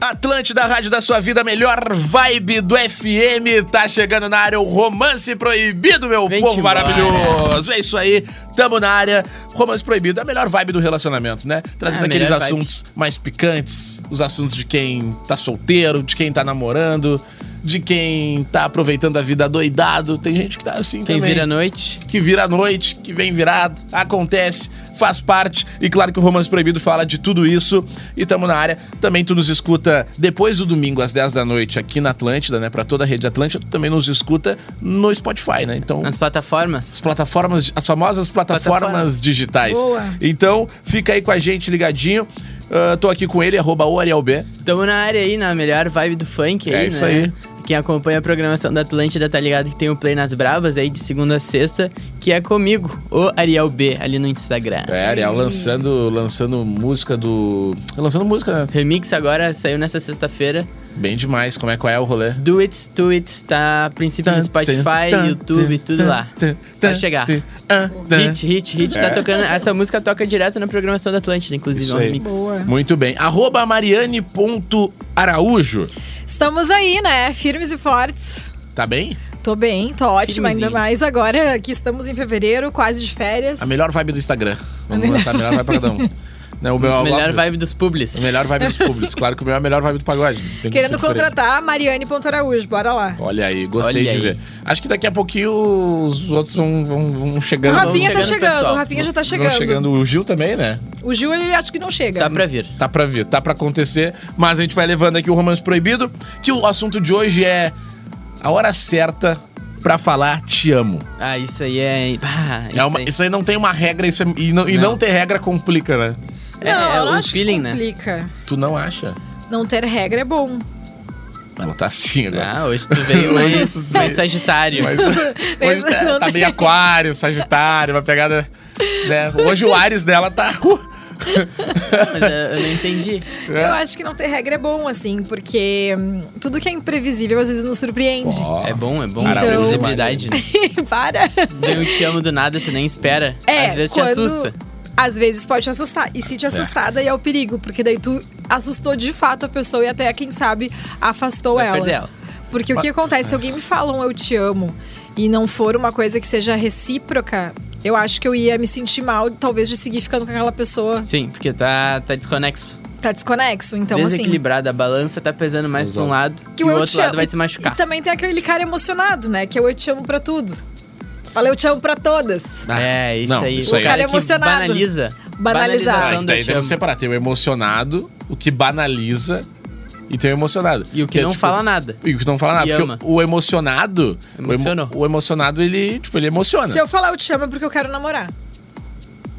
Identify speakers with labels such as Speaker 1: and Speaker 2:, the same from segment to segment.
Speaker 1: Atlântida, a rádio da sua vida, a melhor vibe do FM. Tá chegando na área o Romance Proibido, meu
Speaker 2: Vem
Speaker 1: povo
Speaker 2: embora.
Speaker 1: maravilhoso. É isso aí, tamo na área. Romance Proibido, a melhor vibe do relacionamento, né? Trazendo
Speaker 2: É a
Speaker 1: aqueles
Speaker 2: melhor
Speaker 1: assuntos mais picantes, os assuntos de quem tá solteiro, de quem tá namorando, de quem tá aproveitando a vida doidado. Tem gente que tá assim
Speaker 2: Quem
Speaker 1: também
Speaker 2: vira à noite?
Speaker 1: que vira à noite, que vem virado, acontece, faz parte. E claro que o Romance Proibido fala de tudo isso. E tamo na área. Também tu nos escuta depois do domingo, às 10 da noite, aqui na Atlântida, né? Pra toda a rede Atlântida. Tu também nos escuta no Spotify, né? Então.
Speaker 2: Nas
Speaker 1: As
Speaker 2: plataformas?
Speaker 1: plataformas, as famosas plataformas
Speaker 2: Plataforma.
Speaker 1: digitais.
Speaker 2: Boa.
Speaker 1: Então, fica aí com a gente ligadinho. Ah, tô aqui com ele, arroba o Ariel B.
Speaker 2: Tamo na área aí, na melhor vibe do funk aí,
Speaker 1: É
Speaker 2: né?
Speaker 1: isso aí.
Speaker 2: Quem acompanha a programação da Atlântida tá ligado que tem o Play nas Bravas aí de segunda a sexta, que é comigo, o Ariel B, ali no Instagram.
Speaker 1: É, Ariel lançando, lançando música do. Lançando música, né?
Speaker 2: Remix agora saiu nessa sexta-feira.
Speaker 1: Bem demais. Como é qual é o rolê?
Speaker 2: Do It, Do It, tá a princípio no Spotify, YouTube, tudo lá. Só chegar. Hit, hit, hit,
Speaker 1: É.
Speaker 2: tá tocando. Essa música toca direto na programação da Atlântida, inclusive,
Speaker 1: Isso
Speaker 2: é um
Speaker 1: aí.
Speaker 2: remix.
Speaker 1: Muito bem. Arroba mariane.araújo.
Speaker 3: Estamos aí, né? Firmes e fortes.
Speaker 1: Tá bem?
Speaker 3: Tô bem, tô ótima,
Speaker 2: Firmezinho.
Speaker 3: ainda mais agora que estamos em fevereiro, quase de férias.
Speaker 1: A melhor vibe do Instagram. Vamos lançar a melhor vibe pra cada um. Não, o meu,
Speaker 2: Melhor
Speaker 1: óbvio,
Speaker 2: vibe dos publis.
Speaker 1: A melhor vibe dos públicos. Claro que o meu é a melhor vibe do pagode. Não tem como ser
Speaker 3: Querendo
Speaker 1: diferente.
Speaker 3: contratar Mariane Araújo, bora lá.
Speaker 1: Olha aí, gostei
Speaker 2: Olha
Speaker 1: de
Speaker 2: aí.
Speaker 1: ver. Acho que daqui a pouquinho os outros vão, vão, vão chegando.
Speaker 3: O
Speaker 2: vamos
Speaker 3: Rafinha tá
Speaker 2: chegando,
Speaker 3: chegando,
Speaker 2: pessoal.
Speaker 3: o Rafinha já tá
Speaker 1: Vão
Speaker 3: chegando.
Speaker 1: chegando. O Gil também, né?
Speaker 3: O Gil, ele acho que não chega.
Speaker 2: Tá pra vir.
Speaker 1: Tá pra vir, tá pra acontecer, mas a gente vai levando aqui o Romance Proibido, que o assunto de hoje é a hora certa pra falar te amo.
Speaker 2: Ah, isso aí é. Ah,
Speaker 1: É uma-
Speaker 2: aí.
Speaker 1: isso aí não tem uma regra, isso é- e, não, e
Speaker 2: Não.
Speaker 1: não ter regra complica, né?
Speaker 2: É,
Speaker 3: Não,
Speaker 2: é
Speaker 3: eu não
Speaker 2: um
Speaker 3: acho
Speaker 2: feeling,
Speaker 3: que
Speaker 2: né?
Speaker 3: complica.
Speaker 1: Tu não acha?
Speaker 3: Não ter regra é bom.
Speaker 1: Ela tá assim agora.
Speaker 2: Ah, hoje tu veio
Speaker 1: Hoje
Speaker 2: mais,
Speaker 1: tu
Speaker 2: mais
Speaker 1: veio.
Speaker 2: Sagitário.
Speaker 1: Mas hoje tá,
Speaker 3: Não
Speaker 1: tá
Speaker 3: tem.
Speaker 1: meio aquário, sagitário, uma pegada. né? Hoje o Ares dela tá. uh,
Speaker 2: Mas
Speaker 3: é.
Speaker 2: eu, eu não entendi.
Speaker 1: né?
Speaker 3: Eu acho que não ter regra é bom, assim, porque hum, tudo que é imprevisível às vezes nos surpreende.
Speaker 1: Ó, ah,
Speaker 2: É bom, é bom.
Speaker 1: Maravilha.
Speaker 2: Então... Visibilidade. né?
Speaker 3: Para!
Speaker 2: Vem um te amo do nada, tu nem espera.
Speaker 3: É,
Speaker 2: Às vezes
Speaker 3: quando...
Speaker 2: te assusta.
Speaker 3: Às vezes pode te assustar. E se te assustar, daí é o perigo. Porque daí tu assustou de fato a pessoa e até, quem sabe, afastou
Speaker 2: Vai
Speaker 3: ela.
Speaker 2: perder ela.
Speaker 3: Porque o que acontece? Se alguém me fala um eu te amo e não for uma coisa que seja recíproca, eu acho que eu ia me sentir mal, talvez, de seguir ficando com aquela pessoa.
Speaker 2: Sim, porque tá, tá desconexo.
Speaker 3: Tá desconexo. Então, assim.
Speaker 2: Desequilibrado, a balança tá pesando mais pra um lado
Speaker 3: que
Speaker 2: e o
Speaker 3: eu
Speaker 2: outro
Speaker 3: te
Speaker 2: lado
Speaker 3: amo.
Speaker 2: vai se
Speaker 3: E
Speaker 2: machucar.
Speaker 3: também tem aquele cara emocionado, né? Que eu, eu te amo pra tudo. Fala, eu te amo pra todas.
Speaker 1: Ah,
Speaker 2: é, isso
Speaker 1: não,
Speaker 2: aí.
Speaker 1: isso aí.
Speaker 2: O cara é emocionado. banaliza.
Speaker 3: Banalizar.
Speaker 1: Ah,
Speaker 2: Banalização
Speaker 1: isso
Speaker 2: do
Speaker 1: daí
Speaker 2: te
Speaker 1: deve
Speaker 2: amo.
Speaker 1: separar. Tem o emocionado, o que banaliza e tem o emocionado.
Speaker 2: E o que, não
Speaker 1: tipo,
Speaker 2: fala nada.
Speaker 1: E o que não fala nada,
Speaker 2: E
Speaker 1: porque
Speaker 2: ama.
Speaker 1: o, o emocionado. o emo-
Speaker 2: Emocionou.
Speaker 1: O, emocionado, ele, tipo, ele emociona.
Speaker 3: Se eu falar eu te amo é porque eu quero namorar.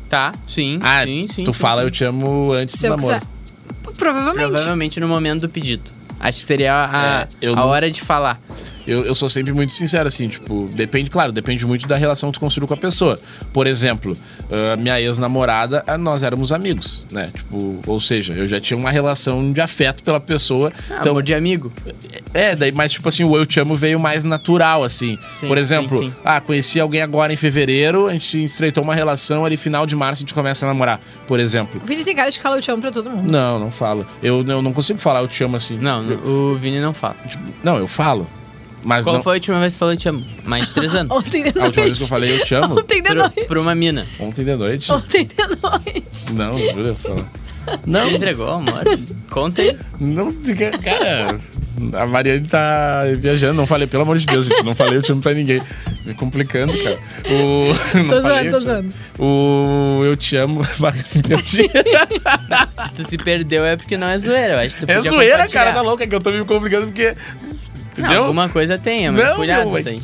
Speaker 2: Tá, sim,
Speaker 1: ah,
Speaker 2: sim, sim.
Speaker 1: tu
Speaker 2: sim.
Speaker 1: fala eu te amo antes
Speaker 3: Se
Speaker 1: do
Speaker 3: eu
Speaker 1: namoro.
Speaker 3: quiser. Provavelmente.
Speaker 2: Provavelmente no momento do pedido. Acho que seria a,
Speaker 1: É, eu
Speaker 2: a
Speaker 1: não-
Speaker 2: hora de falar.
Speaker 1: Eu, eu sou sempre muito sincero, assim, tipo, depende, claro, depende muito da relação que tu construiu com a pessoa. Por exemplo, ah, minha ex-namorada, ah, nós éramos amigos, né? Tipo, ou seja, eu já tinha uma relação de afeto pela pessoa.
Speaker 2: Ah,
Speaker 1: então,
Speaker 2: amor de amigo.
Speaker 1: É, daí, mas tipo assim, o Eu Te Amo veio mais natural, assim.
Speaker 2: Sim,
Speaker 1: Por exemplo,
Speaker 2: sim, sim.
Speaker 1: ah, conheci alguém agora em fevereiro, a gente estreitou uma relação ali, final de março a gente começa a namorar, por exemplo.
Speaker 3: O Vini tem cara de cala eu te amo pra todo mundo.
Speaker 1: Não, não falo. Eu, eu não consigo falar Eu Te Amo assim.
Speaker 2: Não,
Speaker 1: Eu,
Speaker 2: o Vini não fala.
Speaker 1: tipo, não, eu falo. Mas
Speaker 2: Qual
Speaker 1: não.
Speaker 2: foi a última vez que falou te amo? Mais de três anos.
Speaker 3: Ontem de noite.
Speaker 1: A última vez que eu falei Eu Te Amo?
Speaker 3: Ontem de noite.
Speaker 2: Pra uma mina.
Speaker 1: Ontem de noite?
Speaker 3: Ontem de noite.
Speaker 1: Não, juro, eu falo. Não,
Speaker 2: Ele entregou, amor. Conta aí.
Speaker 1: não, cara. A Mariane tá viajando, não falei, pelo amor de Deus, gente, não falei eu te amo pra ninguém. Me complicando, cara. O, não
Speaker 3: Tô
Speaker 1: falei,
Speaker 3: zoando, tô
Speaker 1: eu te amo.
Speaker 3: zoando.
Speaker 1: O Eu Te Amo. É Eu te-
Speaker 2: Se tu se perdeu é porque não é zoeira. Eu acho que tu
Speaker 1: é
Speaker 2: podia
Speaker 1: zoeira,
Speaker 2: compartilhar.
Speaker 1: cara, tá louca que eu tô me complicando porque.
Speaker 2: Não,
Speaker 1: Entendeu? Não,
Speaker 2: alguma coisa tem, amor.
Speaker 1: Não,
Speaker 2: Cuidado
Speaker 1: meu,
Speaker 2: com isso aí.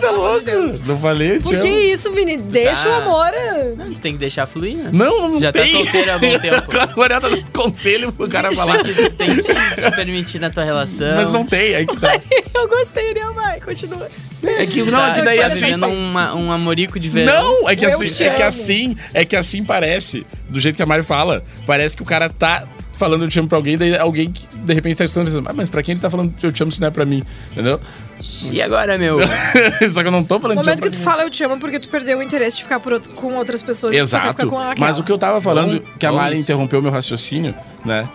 Speaker 1: tá louca. Não falei eu te
Speaker 3: Por que
Speaker 1: amo. Ah.
Speaker 3: isso, Vini? Deixa o amor.
Speaker 2: Não, tu tem que deixar fluir, né?
Speaker 1: Não, não
Speaker 2: Já tá
Speaker 1: tem.
Speaker 2: solteira há bom tempo.
Speaker 1: Agora o Ariel tá dando conselho pro cara falar.
Speaker 2: Tu tem que te permitir na tua relação.
Speaker 1: Mas não tem, aí que tá.
Speaker 3: Eu gostei, né? Vai, continua.
Speaker 1: É que
Speaker 2: Tu
Speaker 1: não, é
Speaker 2: tá
Speaker 1: que daí
Speaker 2: tá
Speaker 1: assim.
Speaker 2: vivendo uma- um amorico de verão.
Speaker 1: Não, é que
Speaker 3: Eu
Speaker 1: assim,
Speaker 3: te
Speaker 1: é que
Speaker 3: amo.
Speaker 1: assim, é que assim parece, do jeito que a Mari fala, parece que o cara tá falando eu te amo pra alguém, daí alguém que de repente tá escutando pensando, ah, mas pra quem ele tá falando eu te amo se não é pra mim, entendeu?
Speaker 2: E agora, meu?
Speaker 1: Só que eu não tô
Speaker 3: No
Speaker 1: falando
Speaker 3: momento que
Speaker 1: pra
Speaker 3: tu
Speaker 1: mim.
Speaker 3: fala eu te amo porque tu perdeu o interesse de ficar por outro- com outras pessoas e tu só quer ficar
Speaker 1: Exato.
Speaker 3: com é aquela.
Speaker 1: Mas o que eu tava falando,
Speaker 2: Bom,
Speaker 1: que a
Speaker 2: bom
Speaker 1: Mari
Speaker 2: isso.
Speaker 1: interrompeu meu raciocínio, né?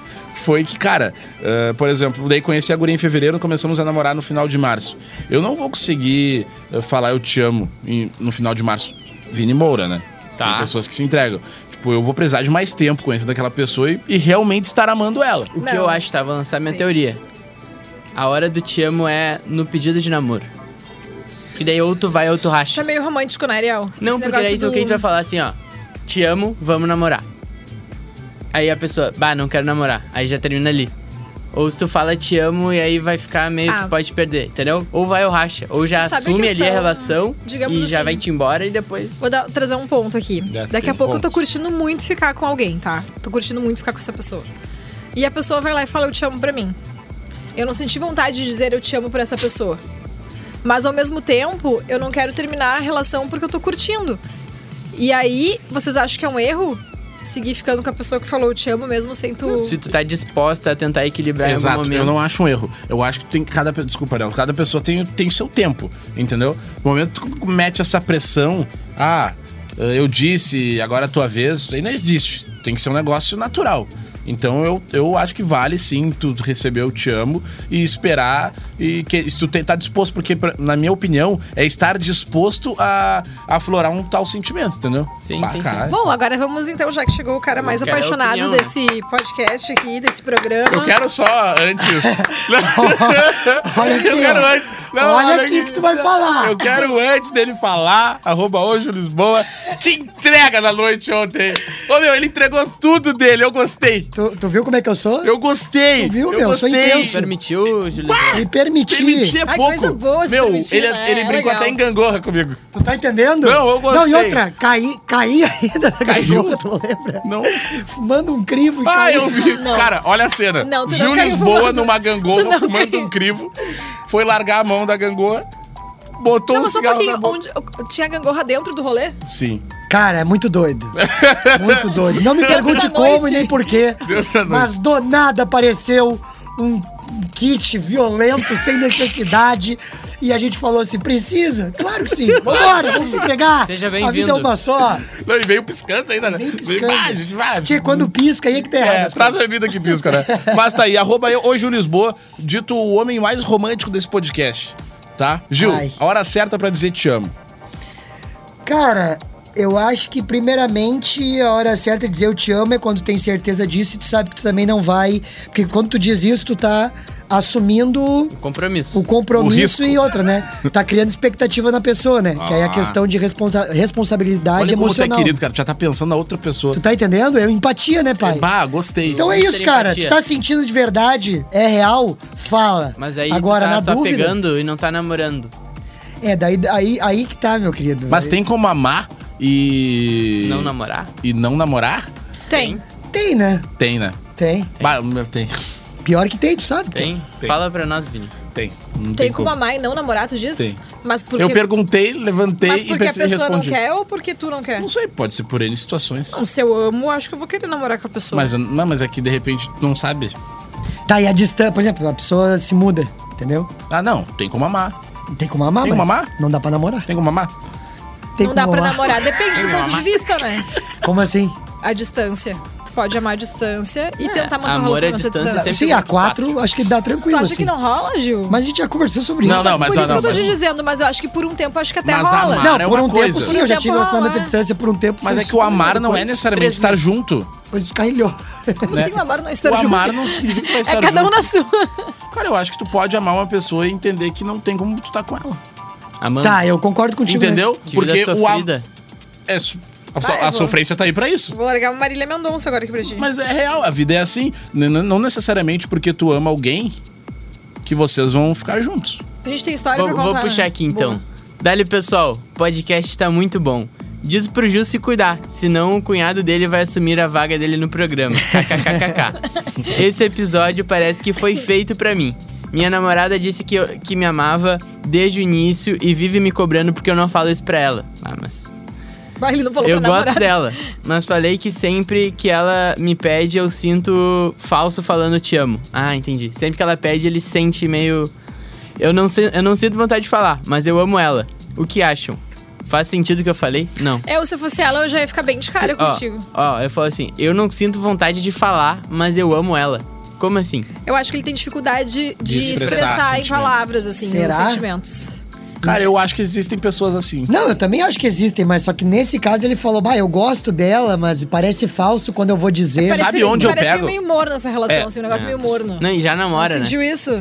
Speaker 1: Foi que, cara, ah, por exemplo, daí conheci a guria em fevereiro, começamos a namorar no final de março. Eu não vou conseguir eh, falar eu te amo em- no final de março. Vini Moura, né?
Speaker 2: Tá.
Speaker 1: Tem pessoas que se entregam. Tipo, eu vou precisar de mais tempo conhecendo aquela pessoa e, e realmente estar amando ela.
Speaker 2: O que
Speaker 3: Não.
Speaker 2: eu acho, tá? Vou lançar minha
Speaker 3: Sim.
Speaker 2: teoria. A hora do te amo é no pedido de namoro. Que daí ou tu vai ou tu
Speaker 3: Tu é
Speaker 2: racha.
Speaker 3: meio romântico, né, Ariel?
Speaker 2: Não,
Speaker 3: Esse
Speaker 2: porque
Speaker 3: negócio
Speaker 2: daí tu,
Speaker 3: do-
Speaker 2: quem tu vai falar assim, ó. Te amo, vamos namorar. Aí a pessoa, bah, não quero namorar. Aí já termina ali. Ou se tu fala te amo e aí vai ficar meio
Speaker 3: Ah.
Speaker 2: tu pode perder, entendeu? Ou vai ou racha. Ou já
Speaker 3: Sabe a
Speaker 2: assume ali a
Speaker 3: questão,
Speaker 2: relação
Speaker 3: digamos
Speaker 2: e já
Speaker 3: assim.
Speaker 2: vai te embora e depois.
Speaker 3: Vou dar- trazer um ponto aqui.
Speaker 1: Dá
Speaker 3: Daqui a
Speaker 1: sim,
Speaker 3: pouco eu tô
Speaker 1: pontos.
Speaker 3: curtindo muito ficar com alguém, tá? Tô curtindo muito ficar com essa pessoa. E a pessoa vai lá e fala, eu te amo pra mim. Eu não senti vontade de dizer eu te amo pra essa pessoa. Mas ao mesmo tempo, eu não quero terminar a relação porque eu tô curtindo. E aí, vocês acham que é um erro seguir ficando com a pessoa que falou eu te amo mesmo sem tu.
Speaker 2: Se tu tá disposta a tentar equilibrar em algum
Speaker 1: Exato,
Speaker 2: momento.
Speaker 1: eu não acho um erro. Eu acho que tem cada pe- desculpa, não, cada pessoa tem tem seu tempo, entendeu? No momento que tu mete essa pressão, ah, eu disse, agora é a tua vez, isso aí não existe. Tem que ser um negócio natural. Então eu, eu acho que vale sim tu receber o te amo e esperar e que se tu te- tá disposto porque pra- na minha opinião é estar disposto a a aflorar um tal sentimento, entendeu?
Speaker 2: Sim,
Speaker 1: Bah,
Speaker 2: sim, sim.
Speaker 1: caralho.
Speaker 3: Bom, agora vamos então, já que chegou o cara mais
Speaker 2: quero a
Speaker 3: apaixonado
Speaker 2: opinião.
Speaker 3: desse podcast aqui, desse programa.
Speaker 1: né? Eu quero só antes.
Speaker 4: Olha aqui,
Speaker 1: eu quero
Speaker 4: ó.
Speaker 1: antes.
Speaker 4: Olha aqui que tu vai falar.
Speaker 1: Eu quero antes dele falar, arroba hoje Lisboa, te entrega na noite ontem. Ô meu, ele entregou tudo dele, eu gostei.
Speaker 4: Tu, tu viu como é que eu sou?
Speaker 1: Eu gostei.
Speaker 4: Tu viu,
Speaker 1: eu
Speaker 4: meu? Sou
Speaker 1: gostei.
Speaker 4: intenso.
Speaker 2: Permitiu, Juliano?
Speaker 4: Me permiti.
Speaker 1: Permitir é
Speaker 3: Ai,
Speaker 1: pouco.
Speaker 3: coisa boa se
Speaker 1: meu,
Speaker 3: permitir,
Speaker 1: ele,
Speaker 3: né?
Speaker 1: ele
Speaker 3: É
Speaker 1: brincou
Speaker 3: legal.
Speaker 1: até em gangorra comigo.
Speaker 4: Tu tá entendendo?
Speaker 1: Não, eu
Speaker 4: Não, e
Speaker 1: gostei.
Speaker 4: outra, caí, caí ainda na
Speaker 1: Caiu?
Speaker 4: gangorra, tu lembra?
Speaker 1: Não.
Speaker 4: Fumando um crivo e
Speaker 1: Ah,
Speaker 4: caí.
Speaker 1: eu vi. Cara, olha a cena.
Speaker 3: Não, tu não
Speaker 1: Júlio
Speaker 3: caiu
Speaker 1: Lisboa
Speaker 3: fumando.
Speaker 1: numa
Speaker 3: Tu
Speaker 1: gangorra
Speaker 3: não
Speaker 1: fumando
Speaker 3: caiu.
Speaker 1: um crivo. Foi largar a mão da gangorra, botou
Speaker 3: Não,
Speaker 1: um
Speaker 3: mas só um
Speaker 1: cigarro na
Speaker 3: pouquinho. Um-
Speaker 1: boca.
Speaker 3: Onde, tinha gangorra dentro do rolê?
Speaker 1: Sim.
Speaker 4: Cara, é muito doido. Muito doido. Não me pergunte
Speaker 3: da
Speaker 4: como e
Speaker 3: noite.
Speaker 4: nem porquê.
Speaker 1: Deus da noite.
Speaker 4: Mas do nada apareceu um kit violento, sem necessidade. E a gente falou assim: precisa? Claro que sim. Vambora, vamos se entregar.
Speaker 2: Seja
Speaker 4: A vida
Speaker 2: bem-vindo.
Speaker 4: é uma só.
Speaker 1: Não, e veio piscando ainda, né?
Speaker 4: Vem piscando.
Speaker 1: Vai, a gente vai.
Speaker 4: Tchê, quando pisca, aí é que tá errado.
Speaker 1: É,
Speaker 4: as
Speaker 1: traz a
Speaker 4: coisas.
Speaker 1: bebida que pisca, né? Mas tá aí, arroba eu, hoje o Lisboa, dito o homem mais romântico desse podcast, tá? Gil,
Speaker 4: Ai.
Speaker 1: a hora certa pra dizer te amo.
Speaker 4: Cara, eu acho que primeiramente a hora certa de dizer eu te amo é quando tu tem certeza disso e tu sabe que tu também não vai. Porque quando tu diz isso, tu tá assumindo
Speaker 2: Compromisso.
Speaker 4: o
Speaker 1: O risco.
Speaker 4: compromisso e outra, né? Tá criando expectativa na pessoa, né? Que aí é a
Speaker 1: Ah.
Speaker 4: questão de responsa- responsabilidade
Speaker 1: Olha como tu é
Speaker 4: emocional.
Speaker 1: querido, cara, tu já tá pensando na outra pessoa.
Speaker 4: tu tá entendendo? É empatia, né, pai?
Speaker 1: Bah, gostei.
Speaker 4: Então é
Speaker 2: Tem que
Speaker 4: isso,
Speaker 2: ter
Speaker 4: cara.
Speaker 2: empatia.
Speaker 4: Tu tá sentindo de verdade? É real? Fala.
Speaker 2: Mas aí
Speaker 4: Agora,
Speaker 2: tu tá
Speaker 4: na
Speaker 2: só
Speaker 4: dúvida.
Speaker 2: pegando e não tá namorando.
Speaker 4: É, daí aí, aí que tá, meu querido.
Speaker 1: Mas
Speaker 4: Aí-
Speaker 1: tem como amar e...
Speaker 2: Não namorar?
Speaker 1: E não namorar?
Speaker 3: Tem.
Speaker 4: Tem, né?
Speaker 1: Tem, né?
Speaker 4: Tem.
Speaker 1: Bah, meu, tem.
Speaker 4: Pior que tem, tu sabe? que
Speaker 2: Tem?
Speaker 1: Tem.
Speaker 2: Fala pra nós, Vini.
Speaker 1: Tem. Não
Speaker 3: Tem como amar e não namorar, tu diz?
Speaker 1: Tem.
Speaker 3: Mas porque,
Speaker 1: Eu perguntei, levantei
Speaker 3: mas
Speaker 1: e
Speaker 3: porque a
Speaker 1: pensei,
Speaker 3: pessoa
Speaker 1: respondi.
Speaker 3: não quer ou porque tu não quer?
Speaker 1: Não sei, pode ser por ele situações.
Speaker 3: Não, se eu amo, acho que eu vou querer namorar com a pessoa.
Speaker 1: Mas, não, mas é que de repente tu não sabe.
Speaker 4: Tá, e a distância, por exemplo, a pessoa se muda, entendeu?
Speaker 1: Ah, não, tem como amar.
Speaker 4: Tem como amar,
Speaker 1: Tem
Speaker 4: mas
Speaker 1: como amar?
Speaker 4: não dá pra namorar.
Speaker 1: Tem como amar?
Speaker 4: Tem
Speaker 3: não dá
Speaker 4: como
Speaker 3: pra
Speaker 4: amar.
Speaker 3: namorar. Depende do ponto de vista, né?
Speaker 4: Como assim?
Speaker 3: A distância. Tu pode amar a distância e tentar
Speaker 2: amor
Speaker 3: manter
Speaker 2: à
Speaker 3: um relacionamento
Speaker 2: distância sempre-
Speaker 4: Sim, a
Speaker 2: muito
Speaker 4: quatro, acho que dá
Speaker 3: Tu
Speaker 4: tranquilo,
Speaker 3: acha
Speaker 4: assim.
Speaker 3: que não rola, Gil?
Speaker 4: Mas a gente já conversou sobre
Speaker 1: Não,
Speaker 4: isso.
Speaker 1: não,
Speaker 4: mas...
Speaker 1: mas
Speaker 3: por
Speaker 1: ah,
Speaker 3: isso
Speaker 1: não,
Speaker 3: que eu tô
Speaker 1: mas-
Speaker 3: te dizendo, mas eu acho que por um tempo acho que até
Speaker 1: Mas
Speaker 3: rola.
Speaker 1: amar-
Speaker 4: Não,
Speaker 1: é
Speaker 4: por
Speaker 1: uma
Speaker 4: um
Speaker 1: coisa.
Speaker 4: tempo sim, eu já
Speaker 3: Por um
Speaker 4: tive
Speaker 3: tempo,
Speaker 4: um relacionamento
Speaker 3: é.
Speaker 4: à distância por um tempo.
Speaker 1: Mas
Speaker 4: foi
Speaker 1: é que o amar não é
Speaker 4: depois-
Speaker 1: necessariamente estar junto.
Speaker 4: Depois descarrilhou.
Speaker 3: Como assim, o amar não estar
Speaker 1: O
Speaker 3: junto?
Speaker 1: amar não significa que tu vai estar
Speaker 3: É cada um
Speaker 1: junto.
Speaker 3: na sua.
Speaker 1: Cara, eu acho que tu pode amar uma pessoa e entender que não tem como tu tá com ela.
Speaker 2: Amanda.
Speaker 4: Tá, eu concordo contigo.
Speaker 1: Ah. Entendeu?
Speaker 4: nessa.
Speaker 2: Que vida
Speaker 1: Porque o amor.
Speaker 2: sofrida.
Speaker 1: É, su- a, so-
Speaker 3: Ah, eu
Speaker 1: a
Speaker 3: vou-
Speaker 1: sofrência tá aí pra isso.
Speaker 3: Vou largar uma Marília Mendonça agora aqui pra ti.
Speaker 1: Mas é real, a vida é assim. N- n- não necessariamente porque tu ama alguém que vocês vão ficar juntos.
Speaker 3: A gente tem história
Speaker 2: Vou,
Speaker 3: pra
Speaker 2: vou
Speaker 3: contar. né?
Speaker 2: puxar aqui então.
Speaker 3: Boa.
Speaker 2: Dali, pessoal, o podcast tá muito bom. Diz pro Gil se cuidar, senão o cunhado dele vai assumir a vaga dele no programa. KKKKK. Esse episódio parece que foi feito pra mim. Minha namorada disse que, eu- que me amava desde o início e vive me cobrando porque eu não falo isso pra ela. Ah, mas
Speaker 3: Mas ele não falou
Speaker 2: Eu
Speaker 3: pra
Speaker 2: gosto
Speaker 3: namorada.
Speaker 2: dela, mas falei que sempre que ela me pede, eu sinto falso falando te amo. Ah, entendi. Sempre que ela pede, ele sente meio. Eu não, sei, eu não sinto vontade de falar, mas eu amo ela. O que acham? Faz sentido o que eu falei? Não.
Speaker 3: É, Eu, se eu fosse ela, eu já ia ficar bem de cara
Speaker 2: Se- ó,
Speaker 3: contigo.
Speaker 2: Ó, eu falo assim: eu não sinto vontade de falar, mas eu amo ela. Como assim?
Speaker 3: Eu acho que ele tem dificuldade de,
Speaker 1: De expressar
Speaker 3: expressar em
Speaker 1: sentimentos.
Speaker 3: palavras, assim,
Speaker 4: Será?
Speaker 3: os sentimentos.
Speaker 1: Cara, eu acho que existem pessoas assim.
Speaker 4: Não, eu também acho que existem, mas só que nesse caso ele falou, bah, eu gosto dela, mas parece falso quando eu vou dizer.
Speaker 1: Sabe onde eu
Speaker 3: parece
Speaker 1: pego?
Speaker 3: meio morno essa relação,
Speaker 1: É.
Speaker 3: assim, um negócio
Speaker 2: É.
Speaker 3: meio morno.
Speaker 2: Não, e já namora, né?
Speaker 3: Sentiu isso?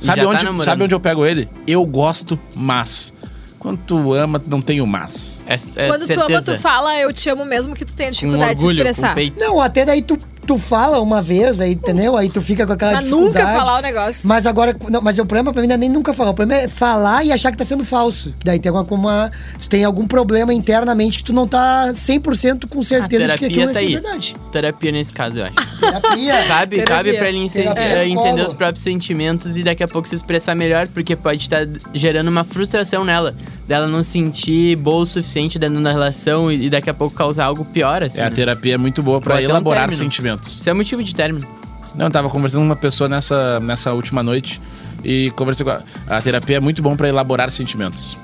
Speaker 1: Sabe,
Speaker 2: Já tá
Speaker 1: onde,
Speaker 2: namorando.
Speaker 1: sabe onde eu pego ele? Eu gosto, mas. Quando tu ama, tu não tem o mas.
Speaker 2: É, é
Speaker 3: Quando tu ama,
Speaker 2: certeza.
Speaker 3: tu fala, eu te amo mesmo que tu tenha
Speaker 2: Com
Speaker 3: dificuldade
Speaker 2: orgulho,
Speaker 3: de
Speaker 2: com
Speaker 3: expressar.
Speaker 2: peito.
Speaker 4: Não, até daí tu, tu fala uma vez, aí, entendeu? Aí tu fica com aquela
Speaker 3: Mas nunca
Speaker 4: dificuldade.
Speaker 3: falar o negócio.
Speaker 4: Mas agora, não, mas o problema pra mim não é nem nunca falar. O problema é falar e achar que tá sendo falso. Daí tem alguma, uma, tu tem algum problema internamente que tu não tá 100% com certeza de que
Speaker 2: terapia
Speaker 4: aquilo é
Speaker 2: tá aí.
Speaker 4: verdade.
Speaker 2: Terapia nesse caso, eu acho.
Speaker 4: Terapia.
Speaker 2: Cabe,
Speaker 3: Terapia.
Speaker 2: cabe pra ele ense-
Speaker 4: Terapia
Speaker 2: eh,
Speaker 4: no
Speaker 2: entender
Speaker 4: colo.
Speaker 2: os próprios sentimentos e daqui a pouco se expressar melhor, porque pode estar gerando uma frustração nela. Dela não sentir boa o suficiente dentro da relação e e daqui a pouco causar algo pior, assim.
Speaker 1: É, a
Speaker 2: né?
Speaker 1: terapia é muito boa pra
Speaker 2: Ou até um
Speaker 1: elaborar
Speaker 2: término.
Speaker 1: sentimentos.
Speaker 2: Isso é motivo de término.
Speaker 1: Não, eu tava conversando com uma pessoa nessa, nessa última noite e conversei com ela. A terapia é muito bom pra elaborar sentimentos.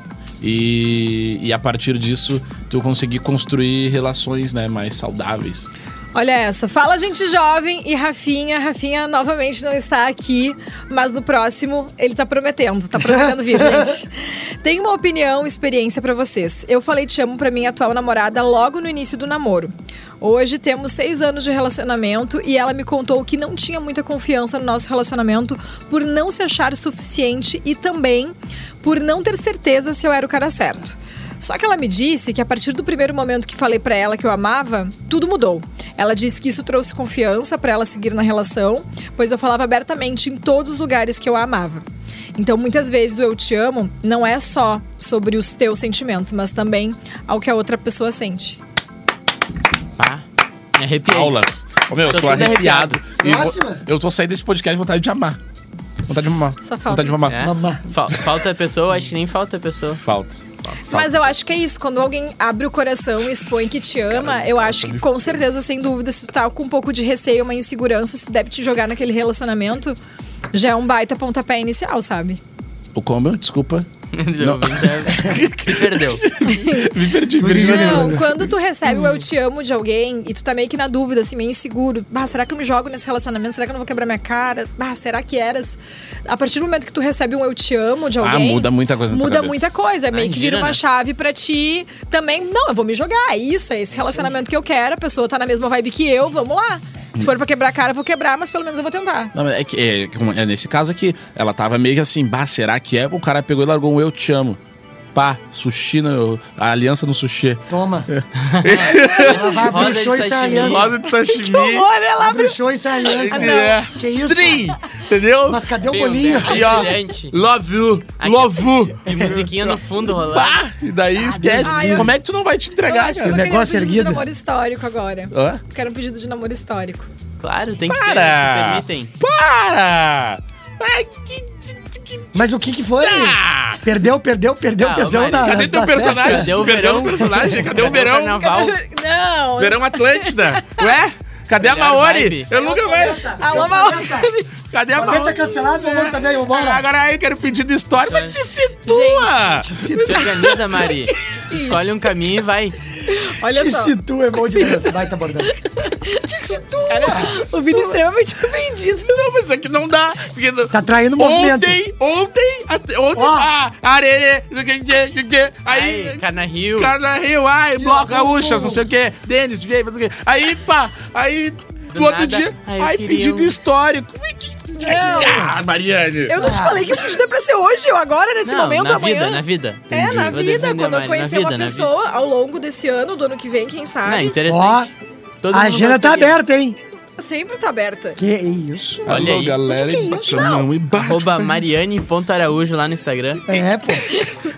Speaker 1: E, e a partir disso, tu conseguir construir relações né, mais saudáveis.
Speaker 3: Olha essa. Fala, gente jovem e Rafinha. Rafinha novamente não está aqui, mas no próximo ele tá prometendo. Tá prometendo vir, gente. Tem uma opinião, experiência pra vocês. Eu falei te amo pra minha atual namorada logo no início do namoro. Hoje temos seis anos de relacionamento e ela me contou que não tinha muita confiança no nosso relacionamento por não se achar suficiente e também por não ter certeza se eu era o cara certo. Só que ela me disse que a partir do primeiro momento que falei pra ela que eu amava, tudo mudou. Ela disse que isso trouxe confiança pra ela seguir na relação, pois eu falava abertamente em todos os lugares que eu a amava. Então, muitas vezes o eu te amo não é só sobre os teus sentimentos, mas também ao que a outra pessoa sente.
Speaker 2: Ah, me arrepiei.
Speaker 1: Aulas. Ô, meu, eu
Speaker 2: Tô
Speaker 1: sou
Speaker 2: todo
Speaker 1: arrepiado. E vou-
Speaker 4: Próxima.
Speaker 1: eu tô saindo desse podcast com vontade de amar. Vontade de amar.
Speaker 3: Só falta.
Speaker 1: Vontade de amar.
Speaker 2: É.
Speaker 4: Mamá.
Speaker 2: Fal- falta pessoa? Acho que nem falta pessoa.
Speaker 1: Falta. Falta.
Speaker 3: Mas eu acho que é isso, quando alguém abre o coração e expõe que te ama, eu acho que com certeza, sem dúvida, se tu tá com um pouco de receio, uma insegurança, se tu deve te jogar naquele relacionamento, já é um baita pontapé inicial, sabe?
Speaker 1: O combo, desculpa.
Speaker 2: Não. Se perdeu.
Speaker 1: Me perdi, perdi.
Speaker 3: Não, quando tu recebe o
Speaker 1: Hum.
Speaker 3: eu te amo de alguém e tu tá meio que na dúvida, assim, meio inseguro. Bah, será que eu me jogo nesse relacionamento? Será que eu não vou quebrar minha cara? Bah, será que eras? A partir do momento que tu recebe um eu te amo de
Speaker 1: Ah,
Speaker 3: alguém.
Speaker 1: muda muita coisa na tua
Speaker 3: Muda
Speaker 1: cabeça.
Speaker 3: muita coisa. É meio que vira
Speaker 2: gira,
Speaker 3: uma
Speaker 2: né?
Speaker 3: chave pra ti também. Não, eu vou me jogar. É isso, é esse relacionamento que eu quero. A pessoa tá na mesma vibe que eu, vamos lá. Se for pra quebrar a cara, eu vou quebrar, mas pelo menos eu vou tentar.
Speaker 1: Não, mas é, que, é, como- é nesse caso aqui, ela tava meio que assim, bah, será que é? O cara pegou e largou um eu te amo. Pá, sushi, no, a aliança no sushi.
Speaker 4: Toma. ela vai
Speaker 2: Roda
Speaker 4: abrir o
Speaker 2: de
Speaker 4: show e sai
Speaker 2: sashimi.
Speaker 4: aliança.
Speaker 1: de sashimi.
Speaker 4: Abre o show e sai aliança.
Speaker 1: É.
Speaker 4: Ah, Que isso?
Speaker 1: Trim, entendeu?
Speaker 4: Mas cadê o bolinho?
Speaker 1: E ó,
Speaker 2: Brilhante.
Speaker 1: love you, love you.
Speaker 2: E musiquinha no fundo rolando.
Speaker 1: Pá, e daí esquece.
Speaker 3: Ai, eu-
Speaker 1: Como é que tu não vai te
Speaker 3: Eu
Speaker 1: entregar,
Speaker 3: acho que eu
Speaker 1: cara?
Speaker 3: vou querer um
Speaker 4: né? negócio
Speaker 3: pedido de
Speaker 4: erguido.
Speaker 3: namoro histórico agora.
Speaker 1: Hã?
Speaker 3: Eu Quero um pedido de namoro histórico.
Speaker 2: Claro, tem que
Speaker 1: Para!
Speaker 2: ter. se Permitem.
Speaker 1: Para! Ai, que... que- que-
Speaker 4: Mas o que que foi?
Speaker 1: Ah!
Speaker 4: Perdeu, perdeu, perdeu o
Speaker 2: Ah,
Speaker 4: tesão
Speaker 2: Mari,
Speaker 4: na
Speaker 1: Cadê
Speaker 4: nas-
Speaker 1: teu
Speaker 4: nas
Speaker 1: personagem?
Speaker 4: festas.
Speaker 2: Cadê o
Speaker 1: Perdeu
Speaker 2: verão?
Speaker 1: o personagem? Cadê o
Speaker 2: o
Speaker 1: verão?
Speaker 2: carnaval?
Speaker 3: Não,
Speaker 1: Verão Atlântida. Ué? Cadê a
Speaker 2: Melhor
Speaker 1: Maori?
Speaker 2: vibe.
Speaker 1: Eu nunca vou...
Speaker 3: Alô, Mauro.
Speaker 1: Cadê a
Speaker 4: Planeta
Speaker 1: Maori?
Speaker 4: Tá cancelado, vamos também,
Speaker 1: Ah,
Speaker 4: vambora.
Speaker 1: Agora aí eu quero pedir de história, mas te situa!
Speaker 2: Te organiza, Mari. Escolhe um caminho e vai.
Speaker 3: Olha
Speaker 4: Te
Speaker 3: só.
Speaker 4: situa, é bom demais. Vai, tá bordando.
Speaker 3: O Vini extremamente ofendido.
Speaker 1: Não, mas isso aqui não dá. Porque
Speaker 4: Tá traindo o movimento.
Speaker 1: Ontem, ontem, até- ontem,
Speaker 4: Ó.
Speaker 1: ah, arerê, não sei o que, não sei o que,
Speaker 2: Ai,
Speaker 1: aí...
Speaker 2: Cana Rio.
Speaker 1: Carla Rio, ai, bloco
Speaker 4: loucura.
Speaker 1: gaúcha, não sei o que, Denis, DJ, não sei o que. Aí, pá, aí... Do outro
Speaker 2: nada,
Speaker 1: dia,
Speaker 2: ai,
Speaker 1: ai,
Speaker 2: eu queria
Speaker 1: pedido
Speaker 2: um-
Speaker 1: histórico. Como é que-
Speaker 2: né?
Speaker 1: Ah, Mariane.
Speaker 3: Eu não te falei que o pedido é pra ser hoje, ou agora, nesse
Speaker 2: Não,
Speaker 3: momento,
Speaker 2: na
Speaker 3: amanhã.
Speaker 2: vida, na vida.
Speaker 3: É, na
Speaker 2: Vou
Speaker 3: vida,
Speaker 2: defender,
Speaker 3: quando
Speaker 2: Mari,
Speaker 3: eu
Speaker 2: na
Speaker 3: conhecer
Speaker 2: vida,
Speaker 3: uma
Speaker 2: na
Speaker 3: pessoa ao longo desse ano, do ano que vem, quem
Speaker 2: vida. Ah,
Speaker 3: sabe,
Speaker 4: Ó,
Speaker 2: interessante. Todo
Speaker 4: a
Speaker 2: mundo
Speaker 4: agenda tá
Speaker 2: gostaria.
Speaker 4: aberta, hein?
Speaker 3: sempre tá aberta.
Speaker 4: Que isso?
Speaker 2: Olha aí.
Speaker 1: galera, e bate a mão e bate.
Speaker 2: Arroba mariane.araújo lá no Instagram.
Speaker 4: É, pô.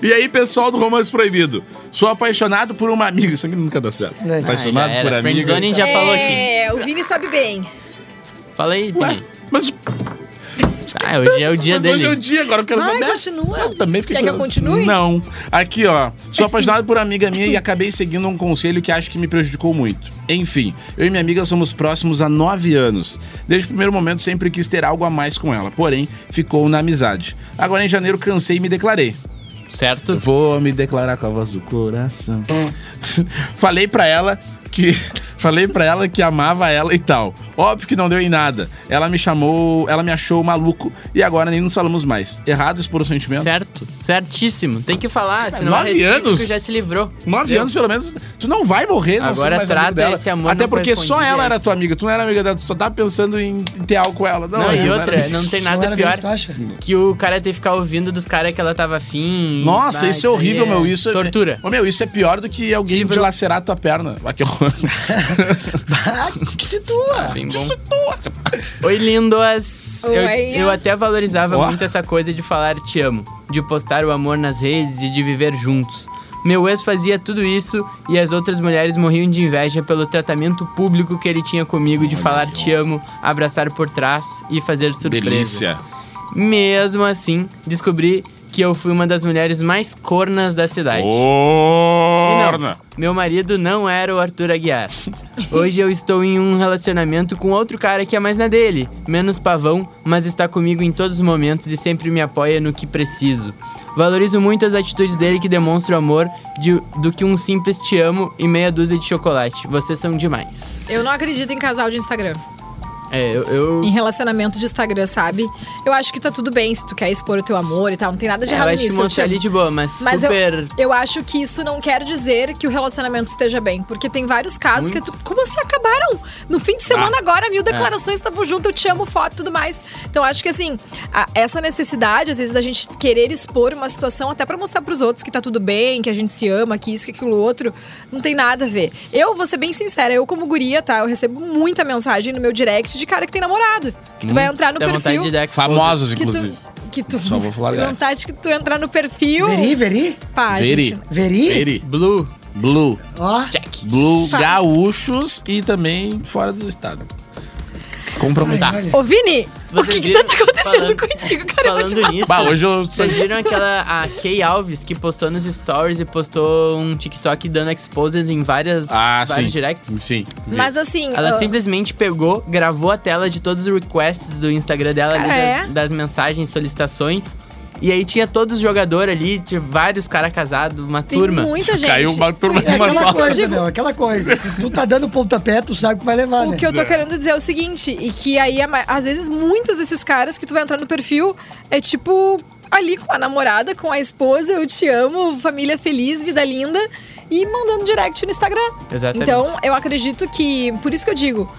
Speaker 1: E aí, pessoal do Romance Proibido. Sou apaixonado por uma amiga. Isso aqui nunca dá certo.
Speaker 4: É.
Speaker 1: Apaixonado
Speaker 2: Ah, já
Speaker 1: por
Speaker 2: era.
Speaker 1: amiga.
Speaker 2: Friendzone já falou aqui.
Speaker 3: É, o Vini sabe bem.
Speaker 2: Fala aí,
Speaker 1: Ué,
Speaker 2: Vini.
Speaker 1: mas...
Speaker 2: Ah, hoje é o dia
Speaker 1: Mas
Speaker 2: dele.
Speaker 1: hoje é o dia, agora eu quero
Speaker 3: Ai,
Speaker 1: saber.
Speaker 3: continua.
Speaker 1: Eu também fiquei
Speaker 3: Quer que eu
Speaker 1: curioso.
Speaker 3: continue?
Speaker 1: Não. Aqui, ó. Sou apaixonado por amiga minha e acabei seguindo um conselho que acho que me prejudicou muito. Enfim, eu e minha amiga somos próximos há nove anos. Desde o primeiro momento sempre quis ter algo a mais com ela, porém, ficou na amizade. Agora em janeiro cansei e me declarei.
Speaker 2: Certo?
Speaker 1: Eu Vou me declarar com a voz do coração. Falei pra ela que falei para ela que amava ela e tal. Óbvio que não deu em nada. Ela me chamou, ela me achou maluco e agora nem nos falamos mais. Errados por um sentimento.
Speaker 2: Certo. Certíssimo. Tem que falar, senão
Speaker 1: nove
Speaker 2: a recíproca
Speaker 1: anos?
Speaker 2: já se livrou.
Speaker 1: Nove
Speaker 2: Entendeu?
Speaker 1: anos, pelo menos, tu não vai morrer, não
Speaker 2: Agora
Speaker 1: sendo mais
Speaker 2: trata
Speaker 1: amigo dela.
Speaker 2: esse amor
Speaker 1: Até
Speaker 2: não
Speaker 1: porque só
Speaker 2: correspondido
Speaker 1: ela era
Speaker 2: direto.
Speaker 1: tua amiga, tu não era amiga dela, tu só tava pensando em, em ter algo com ela. Não, é
Speaker 2: Não,
Speaker 1: eu
Speaker 2: e
Speaker 1: era-
Speaker 2: outra, não tem
Speaker 4: Não
Speaker 2: nada
Speaker 4: era
Speaker 2: pior
Speaker 4: mesmo, tu acha?
Speaker 2: que o cara ter que ficar ouvindo dos caras que ela tava afim.
Speaker 1: Nossa,
Speaker 2: Ah,
Speaker 1: isso é
Speaker 2: aí
Speaker 1: horrível, meu. Isso é-
Speaker 2: Tortura.
Speaker 1: Ô, meu, isso é pior do que alguém
Speaker 2: Livro.
Speaker 1: dilacerar tua perna. Ah, que horror.
Speaker 4: Ah, que se tua!
Speaker 2: Bem bom. Oi, lindos! Eu,
Speaker 3: Oi.
Speaker 2: eu até valorizava
Speaker 1: Ó.
Speaker 2: muito essa coisa de falar te amo, de postar o amor nas redes e de viver juntos. Meu ex fazia tudo isso e as outras mulheres morriam de inveja pelo tratamento público que ele tinha comigo de falar te amo, abraçar por trás e fazer surpresa.
Speaker 1: Delícia.
Speaker 2: Mesmo assim, descobri que eu fui uma das mulheres mais cornas da cidade. E não,
Speaker 1: Corna.
Speaker 2: meu marido não era o Arthur Aguiar. Hoje eu estou em um relacionamento com outro cara que é mais na dele, menos pavão, mas está comigo em todos os momentos e sempre me apoia no que preciso. Valorizo muito as atitudes dele que demonstram amor de- do que um simples te amo e meia dúzia de chocolate. Vocês são demais.
Speaker 3: Eu não acredito em casal de Instagram.
Speaker 2: É, eu. eu-
Speaker 3: Em relacionamento de Instagram, sabe? Eu acho que tá tudo bem se tu quer expor o teu amor e tal. Não tem nada de
Speaker 2: é,
Speaker 3: tá errado
Speaker 2: vai te
Speaker 3: nisso. eu te
Speaker 2: mostrar
Speaker 3: amo.
Speaker 2: ali de boa, mas,
Speaker 3: Mas eu,
Speaker 2: super.
Speaker 3: eu acho que isso não quer dizer que o relacionamento esteja bem. Porque tem vários casos que tu. Como se acabaram? No fim de semana agora, mil declarações estavam junto, eu te amo, foto e tudo mais. Então acho que assim, a- essa necessidade, às vezes, da gente querer expor uma situação até pra mostrar pros outros que tá tudo bem, que a gente se ama, que isso, que aquilo outro, não tem nada a ver. Eu vou ser bem sincera, eu como guria, tá? Eu recebo muita mensagem no meu direct de cara que tem namorado. Que tu vai entrar no
Speaker 2: Dá vontade
Speaker 3: perfil.
Speaker 2: de dar exposure.
Speaker 1: Famosos,
Speaker 3: que
Speaker 1: inclusive.
Speaker 3: tu. Que tu.
Speaker 1: Só vou falar dessa.
Speaker 3: vontade que tu entrar no perfil.
Speaker 4: Veri, veri?
Speaker 3: Pá,
Speaker 1: Veri.
Speaker 3: gente.
Speaker 4: Veri?
Speaker 1: Peri.
Speaker 2: Blue,
Speaker 1: Blue.
Speaker 4: Ó,
Speaker 2: check.
Speaker 1: Blue, gaúchos e também fora do estado. Comprometado.
Speaker 4: Ai, olha.
Speaker 3: Ô, Vini, o que,
Speaker 2: Vocês
Speaker 3: que tá
Speaker 2: viram?
Speaker 3: acontecendo
Speaker 2: Falando-
Speaker 3: contigo, cara? Eu vou te
Speaker 2: Falando
Speaker 3: matar.
Speaker 2: nisso.
Speaker 1: Bah, hoje eu sou
Speaker 2: Vocês viram aquela a Kay Alves que postou nos stories e postou um TikTok dando exposed em várias
Speaker 1: Ah, sim.
Speaker 2: vários directs?
Speaker 1: Sim. vi.
Speaker 3: Mas assim,
Speaker 2: Ela
Speaker 3: ah,
Speaker 2: simplesmente pegou, gravou a tela de todos os requests do Instagram dela ali,
Speaker 3: Cara,
Speaker 2: das,
Speaker 3: é?
Speaker 2: das mensagens, solicitações. E aí tinha todos os jogadores ali, tinha vários caras casados, uma
Speaker 3: tem
Speaker 2: turma.
Speaker 3: muita gente.
Speaker 1: Caiu uma turma
Speaker 3: O-
Speaker 4: É
Speaker 1: Uma
Speaker 4: aquela
Speaker 1: só.
Speaker 4: coisa, meu, aquela coisa. Se tu tá dando pontapé, tu sabe que vai levar, né?
Speaker 3: O que eu tô querendo dizer é o seguinte, e que aí, a ma- às vezes, muitos desses caras que tu vai entrar no perfil é tipo ali com a namorada, com a esposa, eu te amo, família feliz, vida linda, e mandando direct no Instagram.
Speaker 2: Exatamente.
Speaker 3: Então, eu acredito que. Por isso que eu digo.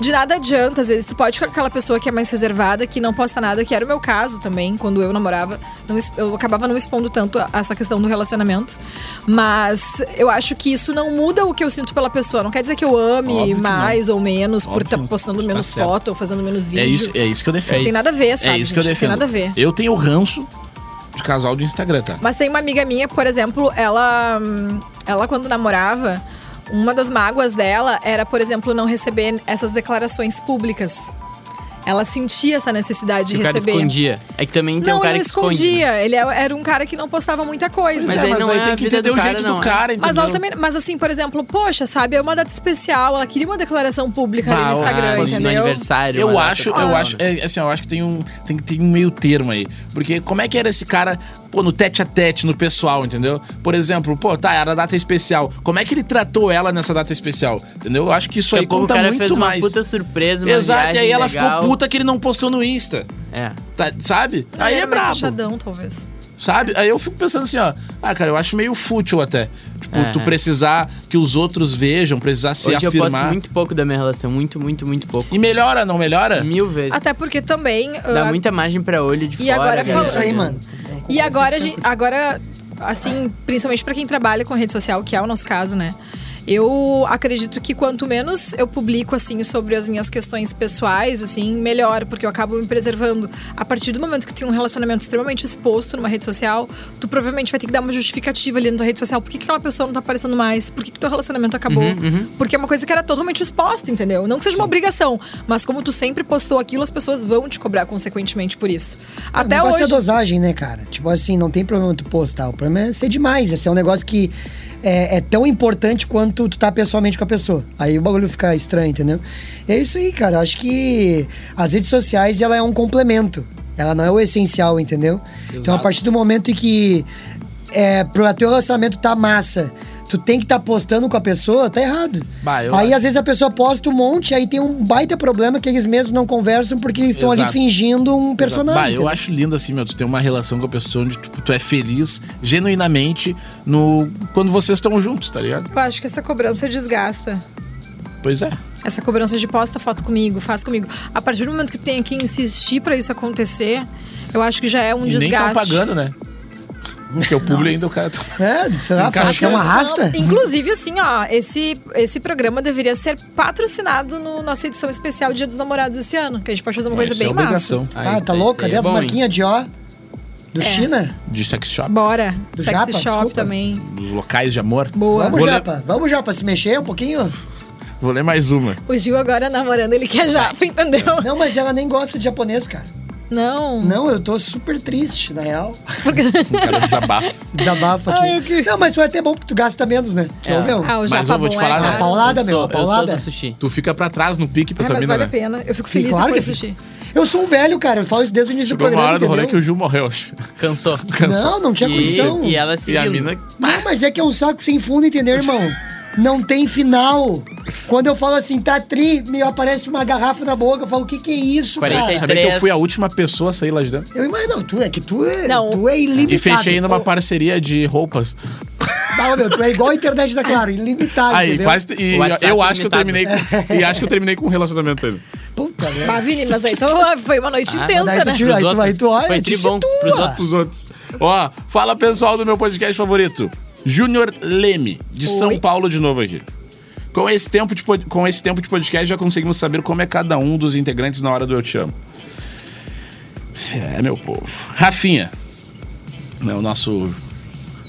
Speaker 3: De nada adianta, às vezes tu pode ficar com aquela pessoa que é mais reservada, que não posta nada, que era o meu caso também, quando eu namorava. não es- eu acabava não expondo tanto a- essa questão do relacionamento. Mas eu acho que isso não muda o que eu sinto pela pessoa. Não quer dizer que eu ame
Speaker 1: Óbvio que
Speaker 3: mais ou menos por
Speaker 1: Óbvio
Speaker 3: estar
Speaker 1: que não.
Speaker 3: postando
Speaker 1: Tá
Speaker 3: menos
Speaker 1: certo.
Speaker 3: foto ou fazendo menos vídeo.
Speaker 1: É isso, é isso que eu defendo.
Speaker 3: Não tem nada a ver, sabe?
Speaker 1: É isso que eu
Speaker 3: gente?
Speaker 1: defendo.
Speaker 3: Não tem nada a ver.
Speaker 1: Eu tenho ranço de casal de Instagram, tá?
Speaker 3: Mas tem uma amiga minha, por exemplo, ela, hum, ela quando namorava, uma das mágoas dela era, por exemplo, não receber essas declarações públicas. Ela sentia essa necessidade
Speaker 2: que o
Speaker 3: de
Speaker 2: cara
Speaker 3: receber.
Speaker 2: escondia. É que também tem
Speaker 3: não,
Speaker 2: um cara
Speaker 3: ele não
Speaker 2: que esconde.
Speaker 3: escondia. Ele é- era um cara que não postava muita coisa.
Speaker 2: Mas
Speaker 1: É,
Speaker 2: aí não é
Speaker 1: tem
Speaker 2: a
Speaker 1: que
Speaker 2: vida
Speaker 1: entender
Speaker 2: do
Speaker 1: o
Speaker 2: cara,
Speaker 1: jeito
Speaker 2: não,
Speaker 1: do
Speaker 2: é.
Speaker 1: cara, entendeu?
Speaker 3: Mas ela também. Mas assim, por exemplo, poxa, sabe, é uma data especial, ela queria uma declaração pública ali
Speaker 1: Bah,
Speaker 3: no
Speaker 1: ah,
Speaker 3: Instagram,
Speaker 1: tipo assim,
Speaker 2: no
Speaker 3: entendeu?
Speaker 2: aniversário.
Speaker 1: Eu
Speaker 2: uma
Speaker 1: acho,
Speaker 2: data
Speaker 1: eu
Speaker 2: tal,
Speaker 1: acho,
Speaker 2: né?
Speaker 1: é, assim, eu acho que tem um, tem, que ter um meio termo aí. Porque como é que era esse cara, pô, no tete a tete, no pessoal, entendeu? Por exemplo, pô, tá, era data especial. Como é que ele tratou ela nessa data especial? Entendeu? Eu acho que isso aí
Speaker 2: Daqui a pouco
Speaker 1: conta
Speaker 2: Tipo, o cara
Speaker 1: muito
Speaker 2: fez
Speaker 1: mais.
Speaker 2: uma puta surpresa, uma
Speaker 1: Exato, e aí
Speaker 2: viagem
Speaker 1: ela
Speaker 2: legal.
Speaker 1: ficou puta que ele não postou no Insta.
Speaker 2: É.
Speaker 1: tá- sabe?
Speaker 3: Não,
Speaker 1: aí
Speaker 3: ele
Speaker 1: é
Speaker 3: era mais
Speaker 1: brabo.
Speaker 3: fechadão, talvez.
Speaker 1: Sabe? Aí eu fico pensando assim, ó. Ah, cara, eu acho meio fútil até. Tipo,
Speaker 2: É.
Speaker 1: tu precisar que os outros vejam, precisar se
Speaker 2: Hoje eu posso
Speaker 1: afirmar.
Speaker 2: muito pouco da minha relação, muito, muito, muito pouco.
Speaker 1: E melhora, não melhora?
Speaker 2: Mil vezes.
Speaker 3: Até porque também.
Speaker 2: Dá
Speaker 3: ah,
Speaker 2: muita margem pra olho de
Speaker 3: E
Speaker 2: fora.
Speaker 3: agora
Speaker 2: cara.
Speaker 4: É isso aí, mano.
Speaker 3: E agora, a gente, agora assim, principalmente pra quem trabalha com rede social, que é o nosso caso, né? Eu acredito que quanto menos eu publico, assim, sobre as minhas questões pessoais, assim, melhor, porque eu acabo me preservando. A partir do momento que tem um relacionamento extremamente exposto numa rede social, tu provavelmente vai ter que dar uma justificativa ali na tua rede social. Por que que aquela pessoa não tá aparecendo mais? Por que, que teu relacionamento acabou? Porque é uma coisa que era totalmente exposta, entendeu? Não que seja uma obrigação, mas como tu sempre postou aquilo, as pessoas vão te cobrar consequentemente por isso. Até
Speaker 4: o negócio
Speaker 3: hoje.
Speaker 4: é a dosagem, né, cara? Tipo assim, não tem problema tu postar. O problema é ser demais. Esse é um negócio que é, é tão importante quanto tu tá pessoalmente com a pessoa. Aí o bagulho fica estranho, entendeu? E é isso aí, cara. Eu Acho que as redes sociais, ela é um complemento. Ela não é o essencial, entendeu? Então, a partir do momento em que é, pro teu relacionamento tá massa... Tu tem que estar postando com a pessoa, tá errado.
Speaker 1: Bah, eu
Speaker 4: aí,
Speaker 1: acho.
Speaker 4: às vezes, a pessoa posta um monte, aí tem um baita problema que eles mesmos não conversam porque eles estão ali
Speaker 1: Exato.
Speaker 4: fingindo um personagem.
Speaker 1: Bah, eu
Speaker 4: entendeu?
Speaker 1: acho lindo assim, meu, tu ter uma relação com a pessoa onde tipo, tu é feliz genuinamente no quando vocês estão juntos, tá ligado?
Speaker 3: Eu acho que essa cobrança desgasta.
Speaker 1: Pois é.
Speaker 3: Essa cobrança de posta foto comigo, faz comigo. A partir do momento que tu tem que insistir pra isso acontecer, eu acho que já é um
Speaker 1: e nem
Speaker 3: desgaste.
Speaker 1: estão pagando, né? Porque o público ainda o cara tá...
Speaker 4: É, sei lá,
Speaker 1: Tem cara
Speaker 4: acho que é uma
Speaker 3: Atenção.
Speaker 4: rasta.
Speaker 3: Inclusive, assim, ó, esse, esse programa deveria ser patrocinado no nossa edição especial Dia dos Namorados esse ano, que a gente pode fazer uma coisa
Speaker 1: Isso é
Speaker 3: bem massa.
Speaker 1: obrigação
Speaker 4: Ah, tá louco? Cadê as marquinhas de ó?
Speaker 3: É.
Speaker 4: Do China?
Speaker 1: de sex shop,
Speaker 3: Bora.
Speaker 4: Do
Speaker 3: Sexy
Speaker 4: Japa,
Speaker 3: Shop
Speaker 4: desculpa.
Speaker 3: também.
Speaker 1: dos locais de amor.
Speaker 3: Boa.
Speaker 4: Vamos,
Speaker 1: Vou ler-
Speaker 4: Japa. Vamos, Japa, se mexer um pouquinho?
Speaker 1: Vou ler mais uma.
Speaker 3: O Gil agora namorando, ele quer japa, entendeu?
Speaker 4: Não, mas ela nem gosta de japonês, cara.
Speaker 3: Não.
Speaker 4: Não, eu tô super triste, na real.
Speaker 1: O um cara desabafa.
Speaker 4: Desabafo aqui. Não, mas foi até bom porque tu gasta menos, né? Que é, o meu.
Speaker 3: Ah, o
Speaker 1: Mas,
Speaker 3: japa
Speaker 1: ó, vou
Speaker 3: bom
Speaker 1: te
Speaker 3: é
Speaker 1: falar, né?
Speaker 3: caro.
Speaker 4: Paulada, meu,
Speaker 2: sou, eu sou
Speaker 4: paulada.
Speaker 2: do sushi.
Speaker 1: Tu fica pra trás no pique pra
Speaker 3: É,
Speaker 1: tua
Speaker 3: mas
Speaker 1: mina,
Speaker 3: vale a
Speaker 1: né?
Speaker 3: pena. Eu fico
Speaker 4: Sim,
Speaker 3: feliz
Speaker 4: claro que
Speaker 3: depois do sushi.
Speaker 4: Eu sou um velho, cara. Eu falo isso desde o início do
Speaker 1: Chegou Tipo, uma
Speaker 4: programa,
Speaker 1: hora do rolê que
Speaker 4: entendeu?
Speaker 1: o Gil morreu. assim.
Speaker 2: Cansou.
Speaker 1: Cansou.
Speaker 4: Não, não tinha condição.
Speaker 2: E, e ela assim,
Speaker 1: E
Speaker 2: seguiu.
Speaker 1: a mina...
Speaker 4: Não, mas é que é um saco sem fundo, entendeu, irmão? Não tem final. Quando eu falo assim, tá tri, me aparece uma garrafa na boca. Eu falo, o que que é isso, cara?
Speaker 2: 43.
Speaker 1: Sabia que eu fui a última pessoa a sair lá de dentro?
Speaker 4: Eu imagino, não, tu é que tu é,
Speaker 3: Não.
Speaker 4: tu é ilimitado.
Speaker 1: E fechei numa
Speaker 4: Ô,
Speaker 1: parceria de roupas.
Speaker 4: Não, meu, tu é igual a internet da Claro,
Speaker 1: Aí,
Speaker 4: ilimitado, Ah, entendeu?
Speaker 1: quase. E
Speaker 2: O WhatsApp
Speaker 1: eu acho que eu
Speaker 2: limitado.
Speaker 1: terminei com, E acho que eu terminei com um relacionamento dele.
Speaker 4: Puta, né?
Speaker 3: Mas, Ah, Vini, mas aí então, foi uma noite
Speaker 2: Ah,
Speaker 4: daí
Speaker 3: intensa,
Speaker 1: tá
Speaker 4: tu
Speaker 3: né?
Speaker 4: tira-
Speaker 2: Pros
Speaker 4: Aí tu- aí tu é."
Speaker 2: outros.
Speaker 4: olha,
Speaker 2: Foi de
Speaker 4: disse
Speaker 2: bom
Speaker 4: tua.
Speaker 2: pros outros.
Speaker 1: Os outros. Ó, fala pessoal do meu podcast favorito. Júnior Leme, de São Paulo, de novo aqui. Com esse, tempo de, pod- com esse tempo de podcast, já conseguimos saber como é cada um dos integrantes na hora do Eu Te Amo. É, meu povo. Rafinha. É o nosso.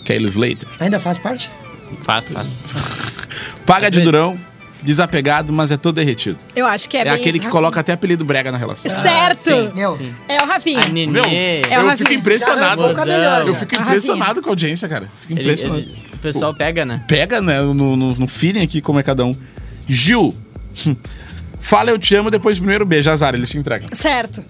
Speaker 1: Kaylee Slater.
Speaker 4: Ainda faz parte?
Speaker 2: Faz, faz.
Speaker 1: Paga
Speaker 2: Às
Speaker 1: de
Speaker 2: vezes.
Speaker 1: durão, desapegado, mas é todo derretido.
Speaker 3: Eu acho que é,
Speaker 1: É,
Speaker 3: bem
Speaker 1: aquele
Speaker 3: isso, É
Speaker 1: que coloca Ah, até apelido brega na relação.
Speaker 3: Certo!
Speaker 4: Meu,
Speaker 3: é o Rafinha.
Speaker 2: A Nenê.
Speaker 1: Meu,
Speaker 3: o
Speaker 1: eu fico
Speaker 3: Rafinha.
Speaker 1: impressionado.
Speaker 2: É
Speaker 4: Já arrancou o cabelo,
Speaker 1: Eu
Speaker 4: já.
Speaker 1: fico
Speaker 3: A
Speaker 1: impressionado com a audiência, cara. Fico
Speaker 2: Ele- ele-
Speaker 1: impressionado.
Speaker 2: o pessoal pega, né?
Speaker 1: Pega né, no, no, no feeling aqui como é cada um. Gil. Fala eu te amo depois do primeiro beijo, azar, ele se entrega.
Speaker 3: Certo.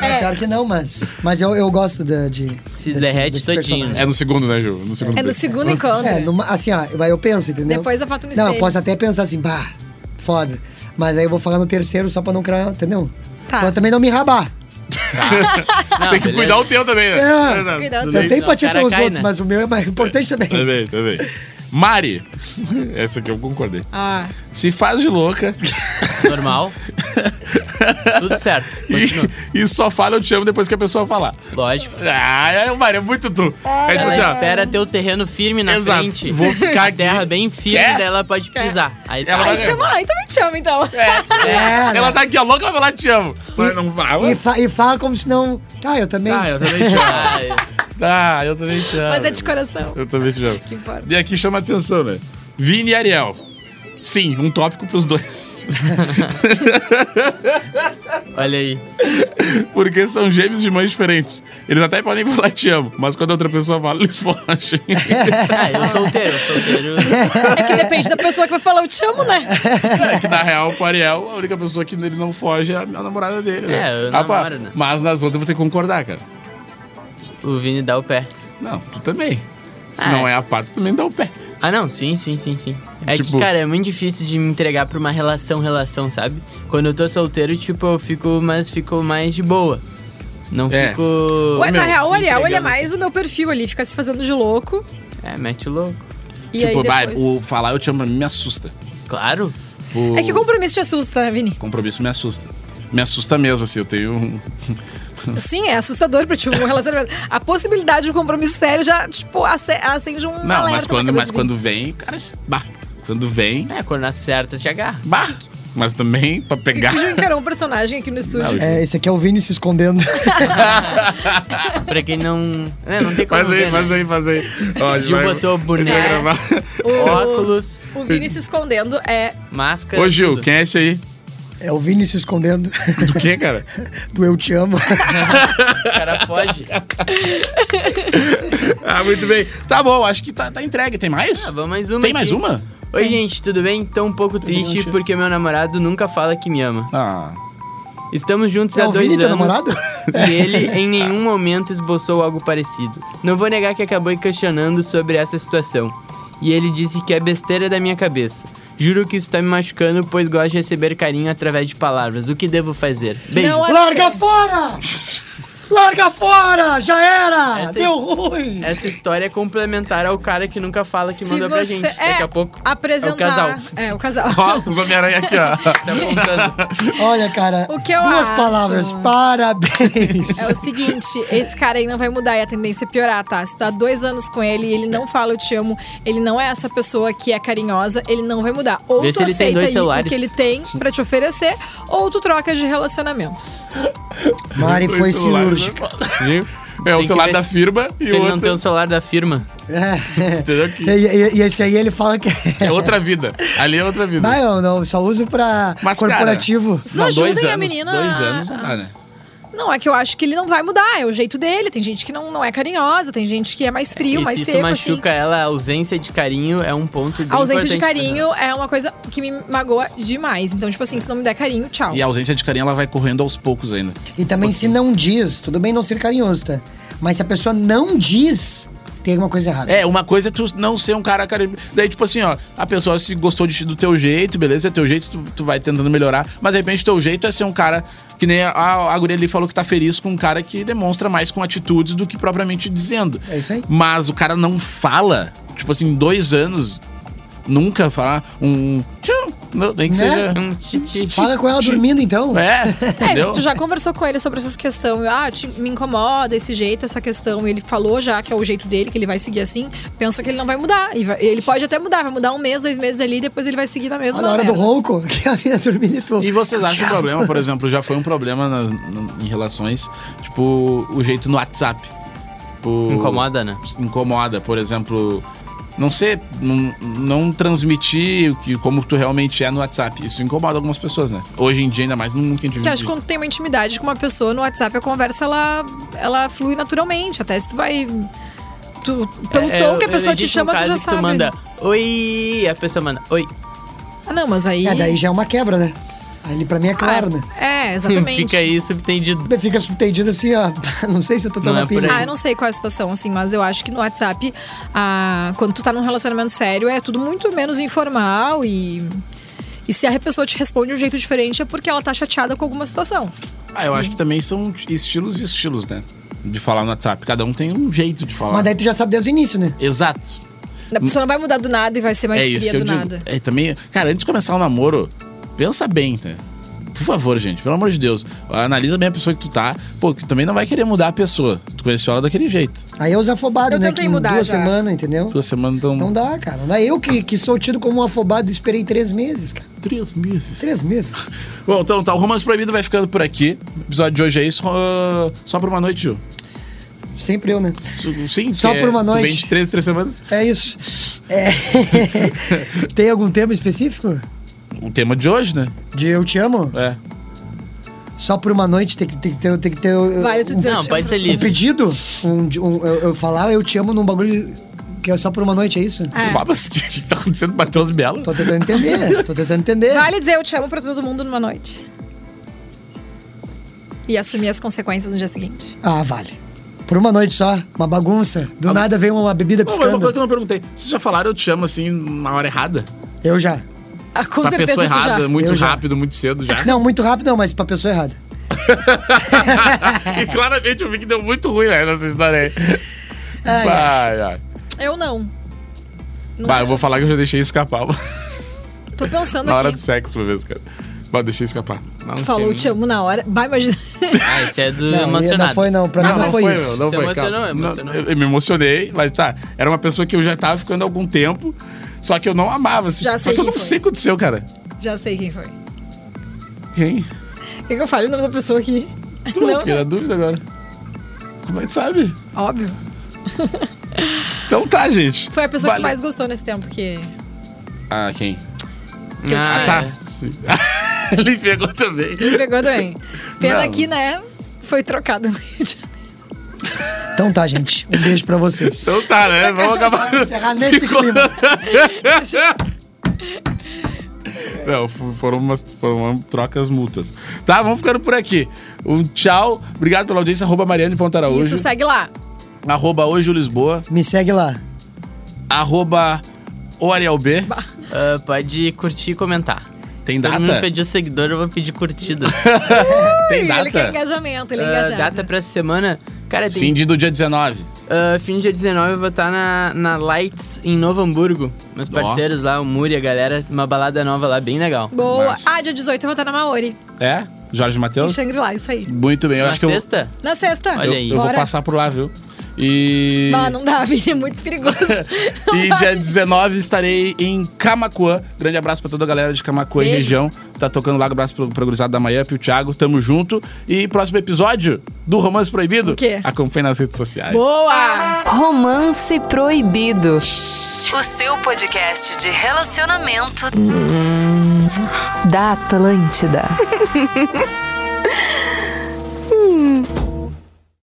Speaker 3: É.
Speaker 4: claro que não, mas... Mas eu, eu gosto da- de...
Speaker 2: Se derrete todinho.
Speaker 4: personagem.
Speaker 1: É no segundo, né, Gil? No segundo
Speaker 3: É no
Speaker 1: beijo.
Speaker 3: segundo encontro.
Speaker 4: É, numa- assim, ó, eu- eu penso, entendeu?
Speaker 3: Depois eu foto no
Speaker 4: Não,
Speaker 3: espelho.
Speaker 4: eu posso até pensar assim, bah, foda. Mas aí eu vou falar no terceiro só pra não criar, entendeu?
Speaker 3: Tá.
Speaker 4: Pra também não me rabar.
Speaker 2: Não,
Speaker 1: Tem que
Speaker 2: beleza.
Speaker 1: cuidar o teu também, né?
Speaker 4: É.
Speaker 3: Cuidado.
Speaker 4: Eu tenho
Speaker 2: Não,
Speaker 4: empatia
Speaker 2: o cara
Speaker 4: pelos
Speaker 2: cai,
Speaker 4: outros,
Speaker 2: né?
Speaker 4: mas o meu é mais importante também.
Speaker 1: Também, também. tá Mari. Essa aqui eu concordei.
Speaker 3: Ah,
Speaker 1: Se faz de louca
Speaker 2: Normal. Tudo certo. Continua.
Speaker 1: e, e só fala eu te amo depois que a pessoa falar.
Speaker 2: Lógico.
Speaker 1: Ah, é, Mari, é muito tu. É tipo
Speaker 2: Ela
Speaker 1: assim, ó.
Speaker 2: espera ter o terreno firme na
Speaker 1: Exato.
Speaker 2: frente.
Speaker 1: Vou ficar
Speaker 2: A terra
Speaker 1: aqui.
Speaker 2: bem firme,
Speaker 1: Quer?
Speaker 2: daí ela pode pisar. Aí
Speaker 1: Ela
Speaker 2: tá.
Speaker 1: vai-
Speaker 3: aí te amo, ah, então me te amo, então.
Speaker 4: É,
Speaker 1: Ela tá aqui, ó, louca, ela vai lá, te amo. Mas não fala.
Speaker 2: É.
Speaker 4: E, fa- e fala como se não. Tá, eu também.
Speaker 1: Ah, eu também te amo.
Speaker 2: Ah,
Speaker 1: Ah, eu também te amo.
Speaker 3: Mas é de coração.
Speaker 1: Eu também te amo.
Speaker 3: Que importa.
Speaker 1: E aqui chama atenção, né? Vini e Ariel. Sim, um tópico pros dois.
Speaker 2: olha aí.
Speaker 1: Porque são gêmeos de mães diferentes. Eles até podem falar te amo, mas quando a outra pessoa fala, eles fogem.
Speaker 2: Ah, eu solteiro, eu solteiro.
Speaker 3: É que depende da pessoa que vai falar, eu te amo, né?
Speaker 1: é que na real, pro Ariel, a única pessoa que ele não foge é a minha namorada dele. né?
Speaker 2: É, eu
Speaker 1: Ah, pá,
Speaker 2: namoro, né?
Speaker 1: Mas nas outras eu vou ter que concordar, cara.
Speaker 2: O Vini dá o pé.
Speaker 1: Não, tu também. Se
Speaker 2: Ah,
Speaker 1: não
Speaker 2: é.
Speaker 1: é a pata, tu também dá o pé.
Speaker 2: Ah, não, sim, sim, sim, sim. É
Speaker 1: Tipo-
Speaker 2: que, cara, é muito difícil de me entregar pra uma relação, relação, sabe? Quando eu tô solteiro, tipo, eu fico, mas fico mais de boa. Não
Speaker 1: É.
Speaker 2: fico.
Speaker 3: Ué, na
Speaker 1: meu,
Speaker 3: real, o Ariel, ele é
Speaker 2: entregando.
Speaker 3: mais o meu perfil ali, fica se fazendo de louco.
Speaker 2: É, mete o louco.
Speaker 3: E aí
Speaker 1: tipo,
Speaker 3: depois...
Speaker 1: vai, o falar eu te amo pra mim me assusta.
Speaker 2: Claro.
Speaker 1: O
Speaker 3: É que o compromisso te assusta, né, Vini?
Speaker 1: compromisso me assusta. Me assusta mesmo, assim, eu tenho um-
Speaker 3: Sim, é assustador pra ti um relacionamento. A possibilidade de um compromisso sério já, tipo, ace- acende um
Speaker 1: Não,
Speaker 3: alerta
Speaker 1: mas
Speaker 3: na
Speaker 1: quando,
Speaker 3: cabeça
Speaker 1: mas
Speaker 3: do
Speaker 1: quando vem, cara, isso- bah, Quando vem.
Speaker 2: É, quando acerta, te agarra.
Speaker 1: Bah! Mas também pra pegar.
Speaker 3: O Jim encarou um personagem aqui no estúdio.
Speaker 1: Não,
Speaker 4: É, esse aqui é o Vini se escondendo.
Speaker 2: Pra quem não. É, não tem como.
Speaker 1: Faz aí,
Speaker 2: ver,
Speaker 1: faz
Speaker 2: né?
Speaker 1: aí, faz aí. Ó, a gente
Speaker 2: Gil
Speaker 1: vai-
Speaker 2: botou boné,
Speaker 1: vai gravar.
Speaker 3: O-
Speaker 2: óculos,
Speaker 3: O Vini se escondendo é
Speaker 2: máscara.
Speaker 1: Ô, Gil,
Speaker 2: tudo.
Speaker 1: quem é esse aí?
Speaker 4: É o Vini se escondendo
Speaker 1: Do quê, cara?
Speaker 4: do Eu Te Amo.
Speaker 2: O cara foge.
Speaker 1: Ah, muito bem. Tá bom, acho que tá, tá entregue. Tem mais?
Speaker 2: Ah, vamos mais uma.
Speaker 1: Tem
Speaker 2: aqui.
Speaker 1: mais uma?
Speaker 2: Oi, gente, tudo bem? Tô um pouco triste
Speaker 1: tio.
Speaker 2: porque meu namorado nunca fala que me ama.
Speaker 1: Ah.
Speaker 2: Estamos juntos
Speaker 4: É
Speaker 2: há
Speaker 4: o
Speaker 2: dois
Speaker 4: Vini,
Speaker 2: anos.
Speaker 4: teu namorado?
Speaker 2: E ele em nenhum momento esboçou algo parecido. Não vou negar que acabou questionando sobre essa situação. E ele disse que é besteira da minha cabeça. Juro que isso tá me machucando, pois gosto de receber carinho através de palavras. O que devo fazer? Beijos.
Speaker 3: Não,
Speaker 4: Larga fora! Larga fora! Já era!
Speaker 2: Essa- é
Speaker 4: Deu ruim!
Speaker 2: Essa história é complementar ao cara que nunca fala que
Speaker 3: se
Speaker 2: manda pra
Speaker 3: você
Speaker 2: gente.
Speaker 3: é
Speaker 2: Daqui a pouco
Speaker 3: apresentar
Speaker 2: é o casal Tá
Speaker 3: É, o casal.
Speaker 1: Ó, os Homem-Aranha aqui, ó.
Speaker 2: se apontando.
Speaker 4: Olha, cara,
Speaker 3: O que eu
Speaker 4: duas
Speaker 3: acho?
Speaker 4: palavras.
Speaker 3: É
Speaker 4: Parabéns!
Speaker 3: o seguinte, esse cara aí não vai mudar e a tendência é piorar, tá? Se tu há dois anos com ele e ele não fala eu te amo, ele não é essa pessoa que é carinhosa, ele não vai mudar. Ou
Speaker 2: Vê
Speaker 3: tu
Speaker 2: se ele tem
Speaker 3: aceita
Speaker 2: dois
Speaker 3: aí
Speaker 2: celulares.
Speaker 3: o que ele tem pra te oferecer, ou tu troca de relacionamento.
Speaker 4: Mari
Speaker 1: Dois
Speaker 4: foi
Speaker 2: né?
Speaker 1: celulares,
Speaker 4: cirúrgica.
Speaker 1: Viu? É, o
Speaker 2: que
Speaker 1: celular
Speaker 2: ver
Speaker 1: da
Speaker 2: se-
Speaker 1: firma e
Speaker 2: Se
Speaker 1: o
Speaker 2: ele não
Speaker 1: outro.
Speaker 2: tem o celular da firma.
Speaker 4: É.
Speaker 1: Entendeu? Que
Speaker 4: E, e- e esse aí ele fala que.
Speaker 2: um
Speaker 1: é outra vida. Ali é outra vida.
Speaker 4: Ah, eu não, só uso pra
Speaker 1: Mas, cara,
Speaker 4: corporativo.
Speaker 3: Vocês ajudem a menina.
Speaker 1: Dois
Speaker 3: a-
Speaker 1: anos não dá, né?
Speaker 3: Não, é que eu acho que ele não vai mudar, é o jeito dele. Tem gente que não, não é carinhosa, tem gente que é mais frio,
Speaker 2: e
Speaker 3: mais
Speaker 2: se isso
Speaker 3: seco, assim.
Speaker 2: machuca ela, a ausência de carinho é um ponto bem
Speaker 3: A ausência de
Speaker 2: importante né? pra ela.
Speaker 3: carinho é uma coisa que me magoa demais. Então, tipo assim, se não me der carinho, tchau.
Speaker 1: E a ausência de carinho, ela vai correndo aos poucos ainda.
Speaker 4: E também se não diz, tudo bem não ser carinhoso, tá? Mas se a pessoa não diz, tem alguma coisa errada.
Speaker 1: É, uma coisa é tu não ser um cara, cara. Daí, tipo assim, ó, a pessoa se gostou de ti do teu jeito, beleza, é teu jeito, tu, tu vai tentando melhorar. Mas de repente, teu jeito é ser um cara que nem a, a, a guria ali falou que tá feliz com um cara que demonstra mais com atitudes do que propriamente dizendo.
Speaker 4: É isso aí.
Speaker 1: Mas o cara não fala, tipo assim, em dois anos, nunca falar um. Tchum, não, nem que
Speaker 4: Né?
Speaker 1: seja.
Speaker 2: Um titi.
Speaker 4: Fala com ela dormindo, então.
Speaker 1: É,
Speaker 3: É, se
Speaker 1: entendeu?
Speaker 3: tu já conversou com ele sobre essas questões, ah, te- me incomoda esse jeito, essa questão, e ele falou já que é o jeito dele, que ele vai seguir assim, pensa que ele não vai mudar. E vai- ele pode até mudar, vai mudar um mês, dois meses ali, e depois ele vai seguir na mesma
Speaker 4: Olha, na hora do
Speaker 3: merda.
Speaker 4: ronco, que a vida dormindo e tu.
Speaker 1: E vocês acham que é o problema, por exemplo, já foi um problema nas- em relações, tipo, o jeito no WhatsApp. Tipo,
Speaker 2: Incomoda, né?
Speaker 1: incomoda, por exemplo, não ser, não, não transmitir o que, como tu realmente é no WhatsApp. Isso incomoda algumas pessoas, né? Hoje em dia, ainda mais no mundo que a gente
Speaker 3: Porque acho que
Speaker 1: vive.
Speaker 3: quando tem uma intimidade com uma pessoa no WhatsApp, a conversa ela, ela flui naturalmente. Até se tu vai. tu- pelo
Speaker 2: É,
Speaker 3: tom que
Speaker 2: é
Speaker 3: a pessoa te
Speaker 2: legítimo
Speaker 3: chama, tu
Speaker 2: caso
Speaker 3: já
Speaker 2: que
Speaker 3: sabe. né?
Speaker 2: Tu manda oi, a pessoa manda oi.
Speaker 3: Ah, não, mas aí.
Speaker 4: É, daí já é uma quebra, né? Ali pra mim é claro, né?
Speaker 3: É, exatamente.
Speaker 2: Fica aí subentendido.
Speaker 4: Fica subentendido assim, ó. Não sei se eu tô tão
Speaker 2: Não
Speaker 4: na
Speaker 2: é por
Speaker 4: pilha.
Speaker 2: aí.
Speaker 3: Ah, eu não sei qual é a situação, assim, mas eu acho que no WhatsApp, ah, quando tu tá num relacionamento sério, é tudo muito menos informal e. E se a pessoa te responde de um jeito diferente, é porque ela tá chateada com alguma situação.
Speaker 1: Ah, eu acho que também são estilos e estilos, né? De falar no WhatsApp. Cada um tem um jeito de falar.
Speaker 4: Mas daí tu já sabe desde o início, né?
Speaker 1: Exato.
Speaker 3: A pessoa não vai mudar do nada e vai ser mais
Speaker 1: é isso
Speaker 3: fria
Speaker 1: que eu
Speaker 3: do
Speaker 1: digo.
Speaker 3: nada.
Speaker 1: É também, cara, antes de começar o namoro, pensa bem, né? Por favor, gente, pelo amor de Deus, analisa bem a pessoa que tu tá. Pô, que tu também não vai querer mudar a pessoa. Tu conheceu ela daquele jeito.
Speaker 4: Aí é os afobados,
Speaker 3: Eu
Speaker 4: né?
Speaker 3: tentei
Speaker 4: Que em
Speaker 3: mudar
Speaker 4: duas
Speaker 3: já.
Speaker 4: semanas, entendeu?
Speaker 1: Duas semanas então, tão
Speaker 4: Não dá, cara. Não dá. Eu que, que sou tido como um afobado esperei três meses, cara.
Speaker 1: três meses.
Speaker 4: Três meses.
Speaker 1: Bom, então tá, o Romance Proibido vai ficando por aqui. O episódio de hoje é isso. ah, só por uma noite, Ju.
Speaker 4: Sempre eu, né?
Speaker 1: Su- Sim,
Speaker 4: Só
Speaker 1: que é
Speaker 4: por uma
Speaker 1: tu
Speaker 4: noite.
Speaker 1: Vende três, três semanas.
Speaker 4: É isso. É. Tem algum tema específico?
Speaker 1: O tema de hoje, né?
Speaker 4: De Eu Te Amo?
Speaker 1: É.
Speaker 4: Só por uma noite tem que, tem que ter, tem que ter uh,
Speaker 3: Vale tu
Speaker 4: um,
Speaker 3: dizer
Speaker 2: Não,
Speaker 3: eu te
Speaker 2: pode
Speaker 3: amo.
Speaker 2: ser
Speaker 4: um
Speaker 2: livre.
Speaker 4: pedido? Um, de- um- eu, eu falar Eu Te Amo num bagulho que é só por uma noite, é isso?
Speaker 3: É.
Speaker 1: Fala, mas o que, que tá acontecendo? Matheus Belo?
Speaker 4: Tô tentando entender, tô tentando entender.
Speaker 3: Vale dizer eu te amo pra todo mundo numa noite. E assumir as consequências no dia seguinte.
Speaker 4: Ah, vale. Por uma noite só, uma bagunça. Do nada vem uma bebida
Speaker 1: Oh, mas uma coisa que
Speaker 4: piscando.
Speaker 1: eu Ah, não perguntei. Vocês já falaram, eu te chamo assim, na hora errada?
Speaker 4: Eu já.
Speaker 3: Ah, com
Speaker 1: pra
Speaker 3: certeza
Speaker 1: pessoa
Speaker 3: tu já.
Speaker 1: errada, muito
Speaker 4: Eu já.
Speaker 1: rápido, muito cedo já.
Speaker 4: Não, muito rápido não, mas pra pessoa errada.
Speaker 1: e claramente eu vi que deu muito ruim né, nessa história aí. Ah,
Speaker 4: Ai,
Speaker 1: Vai, vai.
Speaker 3: Eu não. Não
Speaker 1: Bah, eu vou falar que eu já deixei escapar
Speaker 3: Tô pensando
Speaker 1: na hora do
Speaker 3: aqui.
Speaker 1: sexo uma vez, cara. Bah, deixei escapar. Não,
Speaker 3: Tu falou eu te amo na hora. Vai, imagina.
Speaker 2: Ah, esse é do
Speaker 4: Não,
Speaker 2: emocionado.
Speaker 4: não foi não, pra
Speaker 1: Não,
Speaker 4: mim não, foi, isso.
Speaker 1: meu, não
Speaker 2: Você
Speaker 1: foi.
Speaker 2: emocionou,
Speaker 1: calma.
Speaker 2: emocionou.
Speaker 1: Não, eu, eu me emocionei, mas tá. Era uma pessoa que eu já tava ficando há algum tempo. Só que eu não amava. Assim.
Speaker 3: Já sei
Speaker 1: Só que eu
Speaker 3: quem
Speaker 1: não
Speaker 3: foi.
Speaker 1: sei o que aconteceu, cara.
Speaker 3: Já sei quem foi.
Speaker 1: Quem?
Speaker 3: Quer que eu fale o nome da pessoa aqui?
Speaker 1: Não, fiquei na dúvida agora. Como é que sabe?
Speaker 3: Óbvio.
Speaker 1: Então tá, gente.
Speaker 3: Foi a pessoa que
Speaker 1: Valeu.
Speaker 3: mais gostou nesse tempo que.
Speaker 1: Ah, quem?
Speaker 3: que eu te
Speaker 2: Ah,
Speaker 1: Ah,
Speaker 3: conheço.
Speaker 1: tá. Sim. Ele pegou também.
Speaker 3: Me pegou bem. Pena
Speaker 1: Não.
Speaker 3: que, né? Foi trocado no Rio de Janeiro.
Speaker 4: Então tá, gente. Um beijo pra vocês.
Speaker 1: Então tá, né? Vamos acabar.
Speaker 4: Vamos encerrar nesse
Speaker 1: Ficou-
Speaker 4: clima.
Speaker 1: Não, f- foram, umas, foram umas trocas mútuas. Tá, vamos ficando por aqui. Um tchau. Obrigado pela audiência. Arroba Mariane Pontaraújo.
Speaker 3: Isso, segue lá.
Speaker 1: Arroba hoje o Lisboa.
Speaker 4: Me segue lá.
Speaker 1: Arroba o Ariel B.
Speaker 2: ah, pode curtir e comentar.
Speaker 1: Tem
Speaker 2: Todo mundo
Speaker 1: data?
Speaker 2: pediu seguidor, eu vou pedir curtidas.
Speaker 1: Tem
Speaker 3: Ele quer
Speaker 1: data?
Speaker 3: engajamento, ele é
Speaker 2: Ah,
Speaker 3: engajado.
Speaker 2: data pra essa semana. Cara, tem
Speaker 1: Fim de- do dia 19.
Speaker 2: Ah, fim de dia 19 eu vou estar na, na Lights em Novo Hamburgo. Meus
Speaker 1: Ó.
Speaker 2: parceiros lá, o Muri, a galera, uma balada nova lá, bem legal.
Speaker 1: é
Speaker 3: Boa.
Speaker 1: Massa.
Speaker 3: Ah, dia 18 eu vou estar na Maori.
Speaker 1: É? Jorge
Speaker 3: Em
Speaker 1: Matheus?
Speaker 3: Shangri-La, isso aí.
Speaker 1: Muito bem. Eu
Speaker 2: na
Speaker 1: acho que eu,
Speaker 2: sexta?
Speaker 3: Na sexta.
Speaker 2: Olha aí.
Speaker 1: eu vou
Speaker 3: Bora.
Speaker 1: passar por lá, viu? E.
Speaker 3: Ah, não dá, Vini, é muito perigoso.
Speaker 1: E dia 19 estarei em Camacuã. Grande abraço pra toda a galera de Camacuã e
Speaker 3: Beijo.
Speaker 1: região. Tá tocando lá, abraço pro, pro gurizado da manhã, pro Thiago. Tamo junto. E próximo episódio do Romance Proibido.
Speaker 3: O quê?
Speaker 1: Acompanhe nas redes sociais.
Speaker 3: Boa!
Speaker 5: Romance Proibido. O seu podcast de relacionamento da Atlântida.